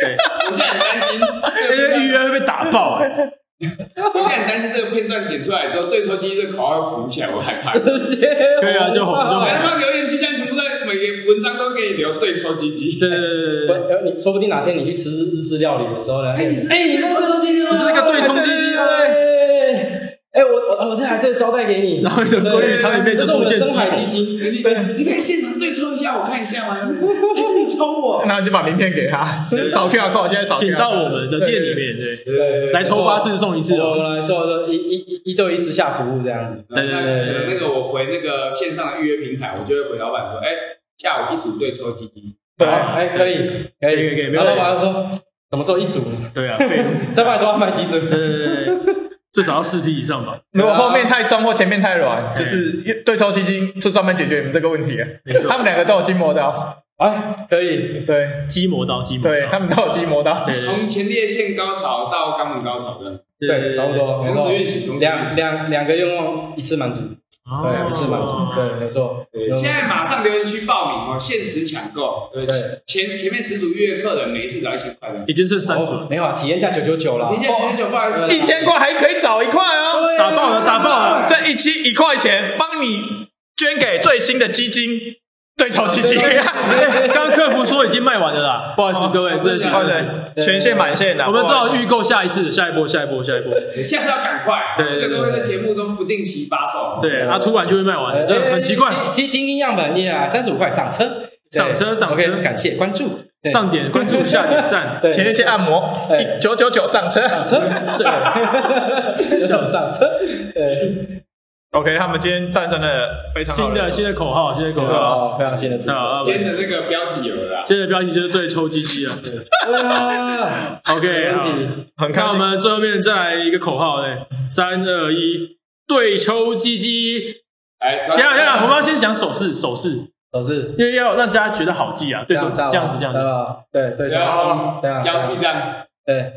Speaker 2: 我现在很担心，
Speaker 1: 因为预约会被打爆哎，
Speaker 2: 我现在很担心这个片段剪出来之后，对 冲基金这口号会浮起来，我害怕。哎
Speaker 4: 直接
Speaker 1: 对啊就红就红
Speaker 2: 我他妈留言区现在全部在每个文章都给你留对抽鸡鸡。
Speaker 1: 对对 对对
Speaker 4: 不，
Speaker 1: 对，
Speaker 4: 呃，你说不定哪天你去吃日式料理的时候呢，哎，你是哎，你这个对冲鸡
Speaker 1: 你是那个对冲鸡鸡
Speaker 4: 对。哎，我我我这还在招待给你，
Speaker 1: 然后你的鲑鱼汤里面就出现
Speaker 4: 这是我们深海
Speaker 1: 鸡
Speaker 4: 鸡
Speaker 1: 头
Speaker 4: 精，
Speaker 2: 你你可以现场对抽一下，我看一下吗？还是你抽我？
Speaker 3: 然后你就把名片给他，扫 QR code，现在扫 QR code，
Speaker 1: 请到我们的店里面，对，
Speaker 4: 对
Speaker 1: 来抽八次送一次
Speaker 4: 我
Speaker 1: 哦。
Speaker 4: 们来说说一一一一对一私下服务这样子，
Speaker 1: 对对对对
Speaker 2: 那那个我回那个线上的预约平台，我就会回老板说，哎，下午一组对抽鸡鸡。
Speaker 3: 对
Speaker 4: 好哎，可以可以
Speaker 1: 可以可以没
Speaker 4: 然
Speaker 1: 问
Speaker 4: 后
Speaker 1: 题
Speaker 4: 老板就说什么时候一组，
Speaker 1: 对啊，废物
Speaker 4: 再帮你多安排几组，
Speaker 1: 对对对 对，最少要四批以上吧，
Speaker 3: 如果后面太松或前面太软，就是对啊抽吸睛是专门解决你们这个问题的
Speaker 1: 没错。
Speaker 3: 他们两个都有筋膜刀，
Speaker 4: 哎，可以，
Speaker 3: 对
Speaker 1: 鸡磨刀，鸡磨刀，
Speaker 3: 对，他们都有筋膜刀。
Speaker 1: 对
Speaker 2: 从前列腺高潮到肛门高潮的
Speaker 1: 对
Speaker 4: 对，差不。
Speaker 1: 哦
Speaker 4: 多，
Speaker 2: 同时运行，同时运
Speaker 4: 两
Speaker 2: 行。
Speaker 4: 两两个愿望一次满足，
Speaker 1: 哦
Speaker 4: 对，一次满足，对，没错，
Speaker 2: 对，现在马上留言区报名哦，限时抢购。对
Speaker 4: 对，
Speaker 2: 前前面十组预约客人，每一次只要一千块的。
Speaker 1: 已经剩三组
Speaker 4: 哦
Speaker 1: 了，，
Speaker 4: 没有啊，体验价九九九啦，
Speaker 2: 停下停下，不好
Speaker 1: 哦
Speaker 2: 意思，
Speaker 3: 一千块还可以找一块哦，
Speaker 1: 打爆了，打爆了，
Speaker 3: 这一期一块钱帮你捐给最新的基金对抽基金，
Speaker 1: 哎刚刚客服说已经卖完了啦， 不好意思各位，对不起，
Speaker 3: 哇塞
Speaker 1: 对不起，
Speaker 3: 全线满线的，
Speaker 1: 我们只好预购下一次，下一波，下一波，下一波。
Speaker 2: 呃下次要赶快，
Speaker 1: 对对对
Speaker 2: 这个都会在节目中不定期发售。
Speaker 1: 对，啊，突然就会卖完，
Speaker 4: 哎
Speaker 1: 这很奇怪。
Speaker 4: 基基精英样本一啊，三十五块上车，对
Speaker 1: 上车上车
Speaker 4: ，OK，感谢关注，对
Speaker 1: 上点关注，下点赞，
Speaker 4: 对
Speaker 3: 前列腺按摩
Speaker 4: 对
Speaker 3: 九九九上车。
Speaker 4: 上车，对，
Speaker 1: 笑死
Speaker 4: 上车，对，
Speaker 3: OK，他们今天诞生了非常好
Speaker 1: 新的新的口号，新的口号。
Speaker 4: 哦，非常新的主
Speaker 1: 好，啊
Speaker 2: 今天的那个标题有了啦。
Speaker 1: 今天的标题就是对抽鸡鸡了。
Speaker 4: 哇
Speaker 1: OK，
Speaker 4: 没
Speaker 1: 好
Speaker 4: 问题，
Speaker 3: 很开
Speaker 1: 那我
Speaker 3: 心。
Speaker 1: 们最后面再来一个口号，哎，三二一，对抽鸡鸡。
Speaker 2: 哎，
Speaker 1: 等一下等一下，我们要先讲手势，手势，
Speaker 4: 老师，
Speaker 1: 因为要让大家觉得好记啊。对抽这样子这样子，
Speaker 4: 子，对对，
Speaker 2: 然
Speaker 4: 对啊，
Speaker 2: 后交替这样，
Speaker 4: 对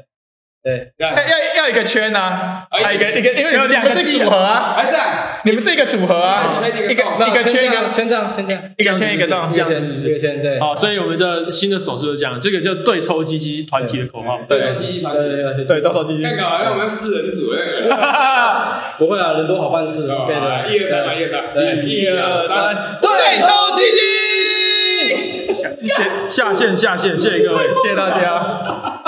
Speaker 4: 对，
Speaker 2: 这样
Speaker 1: 哎
Speaker 3: 要，要要一个圈啊，
Speaker 2: 哎
Speaker 3: 啊一个一个，因为你
Speaker 1: 要
Speaker 3: 们
Speaker 1: 两
Speaker 3: 两
Speaker 1: 个
Speaker 3: 个是
Speaker 1: 字啊
Speaker 3: 组合啊，
Speaker 2: 哎这样，
Speaker 3: 你们是一个组合啊，
Speaker 2: 哎圈一个
Speaker 3: 一个
Speaker 2: 洞
Speaker 3: 一个圈一个
Speaker 4: 圈这样，圈这样，
Speaker 3: 一个圈一个洞
Speaker 1: 这，样子
Speaker 4: 一
Speaker 1: 是
Speaker 4: 个
Speaker 1: 不是
Speaker 4: 圈一个圈，对，
Speaker 1: 好，哦所以我们的新的手势就是这样，这个叫对抽鸡鸡团体的口号。
Speaker 2: 对对，记忆团
Speaker 4: 对
Speaker 2: 体，
Speaker 4: 对
Speaker 3: 对，到时候继续。
Speaker 2: 看搞啊好像我们四人组那个，
Speaker 4: 不会啊，人多好办事，
Speaker 2: 哦
Speaker 4: 对
Speaker 2: 好
Speaker 4: 的，
Speaker 2: 一二三嘛，一二三，一二三，，
Speaker 3: 对抽基金，
Speaker 1: 下线下线，谢谢各位，
Speaker 3: 谢谢大家。